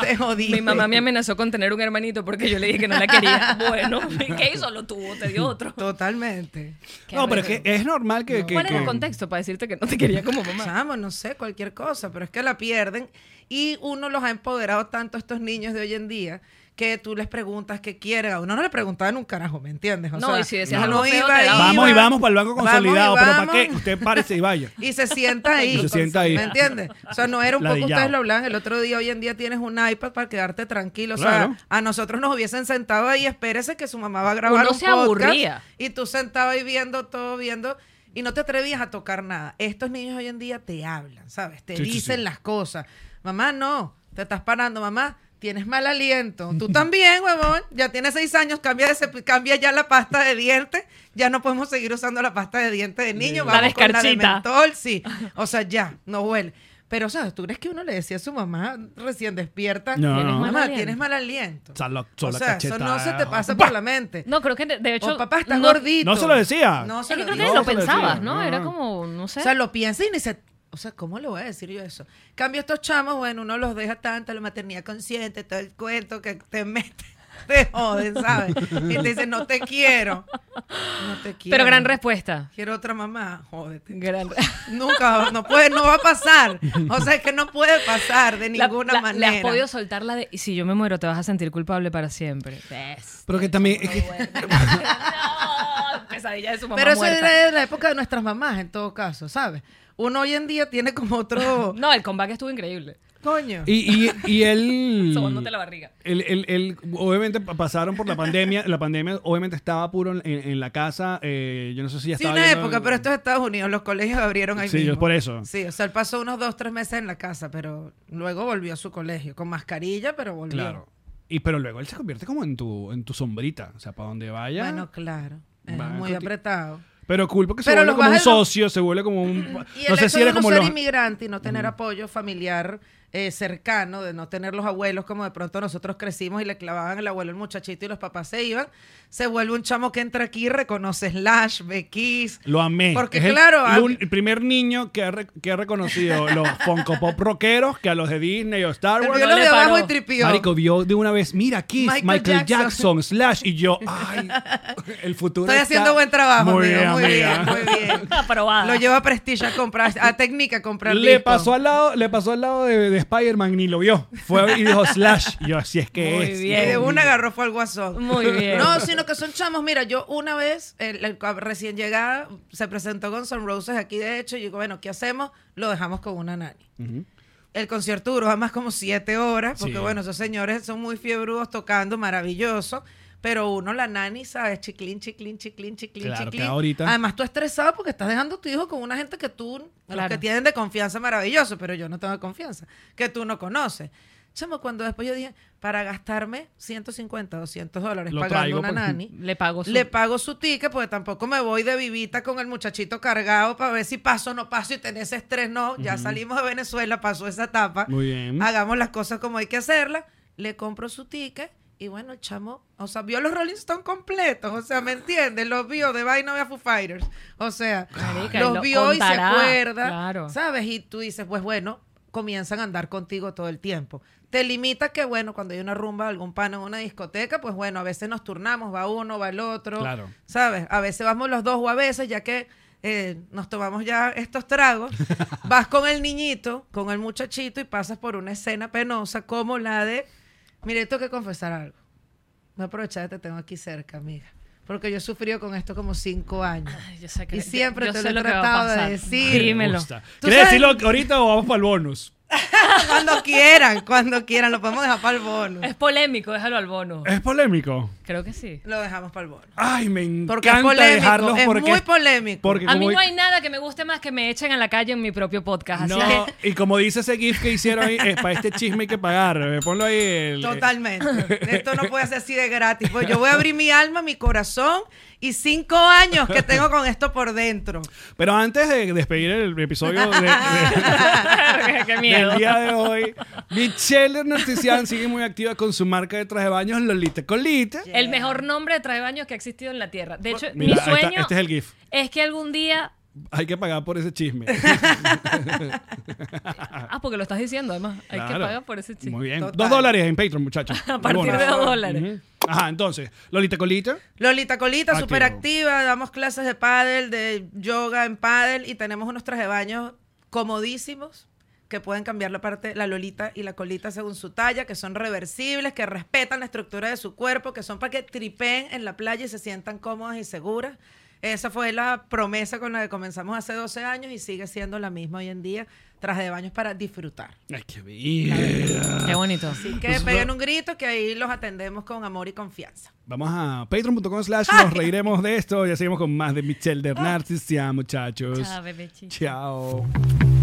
E: Te jodiste.
D: Mi mamá me amenazó con tener un hermanito porque yo le dije que no la quería. Bueno, ¿qué hizo? Lo tuvo, te dio otro.
E: Totalmente.
D: Qué
C: No, pero es
D: arrecho.
C: que es normal que. que-
D: ¿Cuál era el
C: que-
D: contexto para decirte que no te quería como mamá?
E: Chamo, no sé, cualquier cosa, pero es que la pierden y uno los ha empoderado tanto a estos niños de hoy en día que tú les preguntas qué quieren. A uno no le preguntaban un carajo, ¿me entiendes? O
D: No,
E: sea,
D: y si decías
E: uno
D: algo feo, te daban.
C: Vamos y vamos para el banco
E: vamos y
C: consolidado, pero ¿para
E: vamos.
C: qué? Usted parece y vaya.
E: Y se sienta ahí.
C: Y se sienta ahí.
E: ¿Me entiendes? O sea, no era un poco,
C: Ladillado.
E: ustedes lo hablaban el otro día, hoy en día tienes un iPad para quedarte tranquilo. O sea,
C: Claro.
E: a nosotros nos hubiesen sentado ahí, espérese que su mamá va a grabar
D: Uno
E: un
D: se
E: podcast.
D: aburría.
E: Y tú sentado ahí viendo todo, viendo, y no te atrevías a tocar nada. Estos niños hoy en día te hablan, ¿sabes? Te
C: Sí, sí,
E: dicen
C: sí.
E: las cosas. Mamá, no, te estás parando, mamá. Tienes mal aliento. Tú también, huevón. Ya tienes seis años. Cambia, de cep- cambia ya la pasta de dientes. Ya no podemos seguir usando la pasta de dientes de niño.
D: La
E: Vamos con la de
D: descarchita.
E: mentol, sí. O sea, ya, no huele. Pero, ¿sabes? ¿Tú crees que uno le decía a su mamá recién despierta?
C: No, no, no.
D: mal
E: Mamá,
D: aliento".
E: tienes mal aliento.
C: Sala-
E: o
C: sola
E: sea, eso no se te
C: cachetada.
E: pasa
C: ¡Bah!
E: por la mente.
D: No, creo que de, de hecho.
E: o papá, estás
D: no-
E: gordito.
C: No se lo decía.
E: No se
D: Es que
E: lo
D: creo que
E: digo.
D: ni
C: No
D: lo
C: se lo
D: pensabas,
C: decía.
D: ¿no?
C: No.
D: Era como, no sé.
E: O sea, lo piensa y ni se... O sea, ¿cómo le voy a decir yo eso? Cambio estos chamos, bueno, uno los deja tanto, la maternidad consciente, todo el cuento que te meten, te joden, ¿sabes? Y te dicen, no te quiero. No te quiero.
D: pero gran respuesta.
E: Quiero otra mamá, jódete.
D: Gran
E: Nunca, va- no puede, no va a pasar. O sea, es que no puede pasar de
D: La-
E: ninguna
D: la-
E: manera.
D: Le has podido soltar la de. Y si yo me muero, te vas a sentir culpable para siempre. ¿Ves?
C: Pero que también. es que-
D: No, pesadilla de su mamá.
E: Pero eso
D: muerta.
E: era de la época de nuestras mamás, en todo caso, ¿sabes? Uno hoy en día tiene como otro
D: No, el comeback estuvo increíble.
E: coño.
C: y, y, y él.
D: Sobándote la barriga.
C: El, el- el- obviamente pa- pasaron por la pandemia. La pandemia obviamente estaba puro en, en- en la casa. eh, yo no sé si ya
E: Sí,
C: estaba.
E: una
C: viendo-
E: época, pero esto es Estados Unidos, los colegios abrieron ahí
C: Sí,
E: mismo.
C: yo por eso.
E: Sí, o sea, él pasó unos dos, tres meses en la casa, pero luego volvió a su colegio, con mascarilla, pero volvió.
C: Claro. Y pero luego él se convierte como en tu, en tu sombrita. O sea, para donde vaya.
E: Bueno, claro. Es
C: Va,
E: muy
C: conti-
E: apretado.
C: pero culpa que se
E: pero
C: vuelve
E: los
C: como un
E: bajas de los-
C: socio, se vuelve como un.
E: Y el
C: No sé
E: hecho
C: si
E: de
C: era
E: no
C: como
E: ser
C: los.
E: inmigrante y no tener apoyo familiar eh, cercano, de no tener los abuelos, como de pronto nosotros crecimos y le clavaban el abuelo el muchachito y los papás se iban, se vuelve un chamo que entra aquí y reconoce Slash, Bequis.
C: Lo amé.
E: Porque
C: es el-
E: claro,
C: el, un-
E: al-
C: el primer niño que ha, re- que ha reconocido los Funko Pop rockeros que a los de Disney o Star
E: El
C: Wars.
E: vio
D: no
E: los
D: le
E: de abajo
D: paró.
E: y tripió.
C: Marico vio de una vez, mira Kiss, Michael,
E: Michael
C: Jackson.
E: Jackson.
C: Slash y yo, ay, el futuro.
E: Estoy
C: está-
E: haciendo buen trabajo,
C: Muy
E: amigo,
C: bien,
E: muy bien,
C: amiga.
E: muy bien.
D: Aprobada.
E: Lo lleva a Prestige a comprar, a Técnica a comprar
C: Le
E: discos.
C: pasó al lado, le pasó al lado de, de Spider-Man ni lo vio. Fue y dijo Slash. Y yo, así es que
D: Muy
C: es.
E: Y
D: bien.
E: de una agarró fue al guasón.
D: Muy bien.
E: No, sino que son chamos. Mira, yo una vez, el- el- recién llegada, se presentó con Sun Roses aquí, de hecho, y digo, bueno, ¿qué hacemos? Lo dejamos con una nani. El concierto duró más como siete horas, porque
C: Sí.
E: bueno, esos señores son muy fiebrudos tocando, maravilloso. Pero uno, la nani, ¿sabes? Chiclín, chiclín, chiclín, chiclín,
C: Claro,
E: chiclín.
C: que ahorita-
E: Además, tú estresado porque estás dejando a tu hijo con una gente que tú, los
D: Claro.
E: que tienen de confianza, maravilloso, pero yo no tengo confianza, que tú no conoces. Chamo, cuando después yo dije, para gastarme 150, 200 dólares
C: Lo
E: pagando
C: traigo,
E: una
C: pues.
E: nani,
D: Le pago su.
E: le pago su ticket, porque tampoco me voy de vivita con el muchachito cargado para ver si paso o no paso y tener ese estrés. No, ya salimos de Venezuela, pasó esa etapa.
C: Muy bien.
E: Hagamos las cosas como hay que hacerlas. Le compro su ticket y bueno, el chamo, o sea, vio los Rolling Stones completos. O sea, ¿me entiendes? Los vio de vaina ve a Foo Fighters. O sea,
D: Marica, y lo
E: los vio y se
D: contará,
E: acuerda.
D: claro.
E: ¿Sabes? Y tú dices, pues bueno, comienzan a andar contigo todo el tiempo. Te limita que, bueno, cuando hay una rumba, algún pan en una discoteca, pues bueno, a veces nos turnamos, va uno, va el otro.
C: Claro.
E: ¿Sabes? A veces vamos los dos o a veces, ya que eh, nos tomamos ya estos tragos, vas con el niñito, con el muchachito y pasas por una escena penosa como la de, mire, tengo que confesar algo. Me aprovechar te tengo aquí cerca, amiga. Porque yo he sufrido con esto como cinco años.
D: Ay, yo sé que-
E: Y
D: yo-
E: siempre
D: yo
E: te
D: sé
E: lo he
D: que va a
E: tratado de
D: pasar.
E: decir.
D: Dímelo.
C: Me gusta.
E: ¿Tú
C: ¿Quieres
E: sabes?
C: decirlo ahorita o vamos para el bonus?
E: Cuando quieran, cuando quieran, lo podemos dejar para el bono.
D: Es polémico, déjalo al bono.
C: Es polémico.
D: Creo que sí.
E: Lo dejamos para el bono.
C: Ay, me encanta
E: Porque es polémico,
C: dejarlos
E: es
C: porque
E: muy polémico.
C: Porque
D: A mí
C: como-
D: no hay nada que me guste más que me echen a la calle en mi propio podcast. Así
C: No,
D: que
C: y como dice ese GIF que hicieron ahí, es para este chisme hay que pagar. eh, Ponlo ahí. el-
E: Totalmente. Esto no puede ser así de gratis. Pues yo voy a abrir mi alma, mi corazón y cinco años que tengo con esto por dentro.
C: Pero antes de despedir el episodio de- de-
D: qué miedo.
C: del día de hoy, Michelle Narcisian sigue muy activa con su marca de traje de baños Lolita Colita.
D: Yes. El mejor nombre de trae baños que ha existido en la Tierra. De hecho,
C: Mira,
D: mi
C: ahí está,
D: sueño
C: este es el GIF.
D: es que algún día...
C: Hay que pagar por ese chisme.
D: Ah, porque lo estás diciendo, además. Hay que
C: Claro.
D: pagar por ese chiste.
C: Muy bien.
E: Total.
C: Dos dólares en Patreon, muchachos.
D: A partir de
C: Bonos.
D: dos dólares.
C: Ujú. Ajá, entonces, Lolita Colita.
E: Lolita Colita,
C: Activo.
E: súper activa, damos clases de pádel, de yoga en pádel y tenemos unos trajes de baño comodísimos que pueden cambiar la parte, la Lolita y la Colita según su talla, que son reversibles, que respetan la estructura de su cuerpo, que son para que tripeen en la playa y se sientan cómodas y seguras. Esa fue la promesa con la que comenzamos hace 12 años y sigue siendo la misma hoy en día. Traje de baños para disfrutar.
C: Ay, qué bien.
D: Qué bonito.
E: Así que peguen un grito que ahí los atendemos con amor y confianza.
C: Vamos a patreon.com slash nos reiremos de esto. Ya seguimos con más de Michelle de Narcis. Ya, muchachos.
D: Chao, bebé chichi.
C: Chao.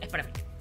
D: Es para mí.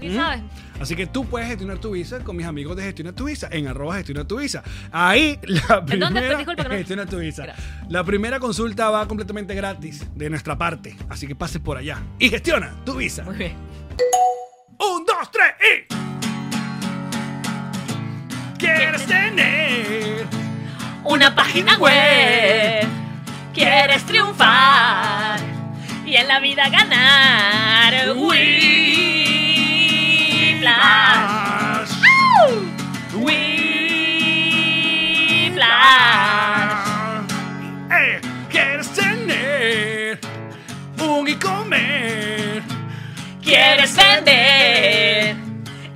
D: ni sabe.
C: Así que tú puedes gestionar tu visa con mis amigos de Gestiona tu Visa en arroba Gestiona tu Visa. Ahí la
D: ¿En dónde?
C: primera
D: Disculpa que no-
C: Gestiona tu Visa.
D: Gracias.
C: La primera consulta va completamente gratis de nuestra parte. Así que pases por allá y gestiona tu visa.
D: Muy bien.
C: Un, dos, tres y. Quieres tener
D: Una página web. Quieres triunfar y en la vida ganar. Whiplash.
C: más.
D: Whiplash.
C: Ah. Eh, Quieres tener un y comer.
D: Quieres vender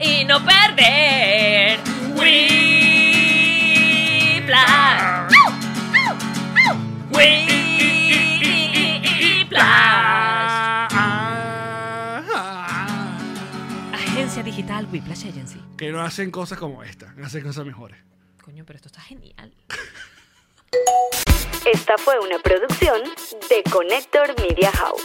D: y no perder. Whiplash. Whiplash.
C: Ah,
D: Agencia digital Whiplash Agency.
C: Que no hacen cosas como esta, hacen cosas mejores.
D: Coño, pero esto está genial.
A: Esta fue una producción de Connector Media House.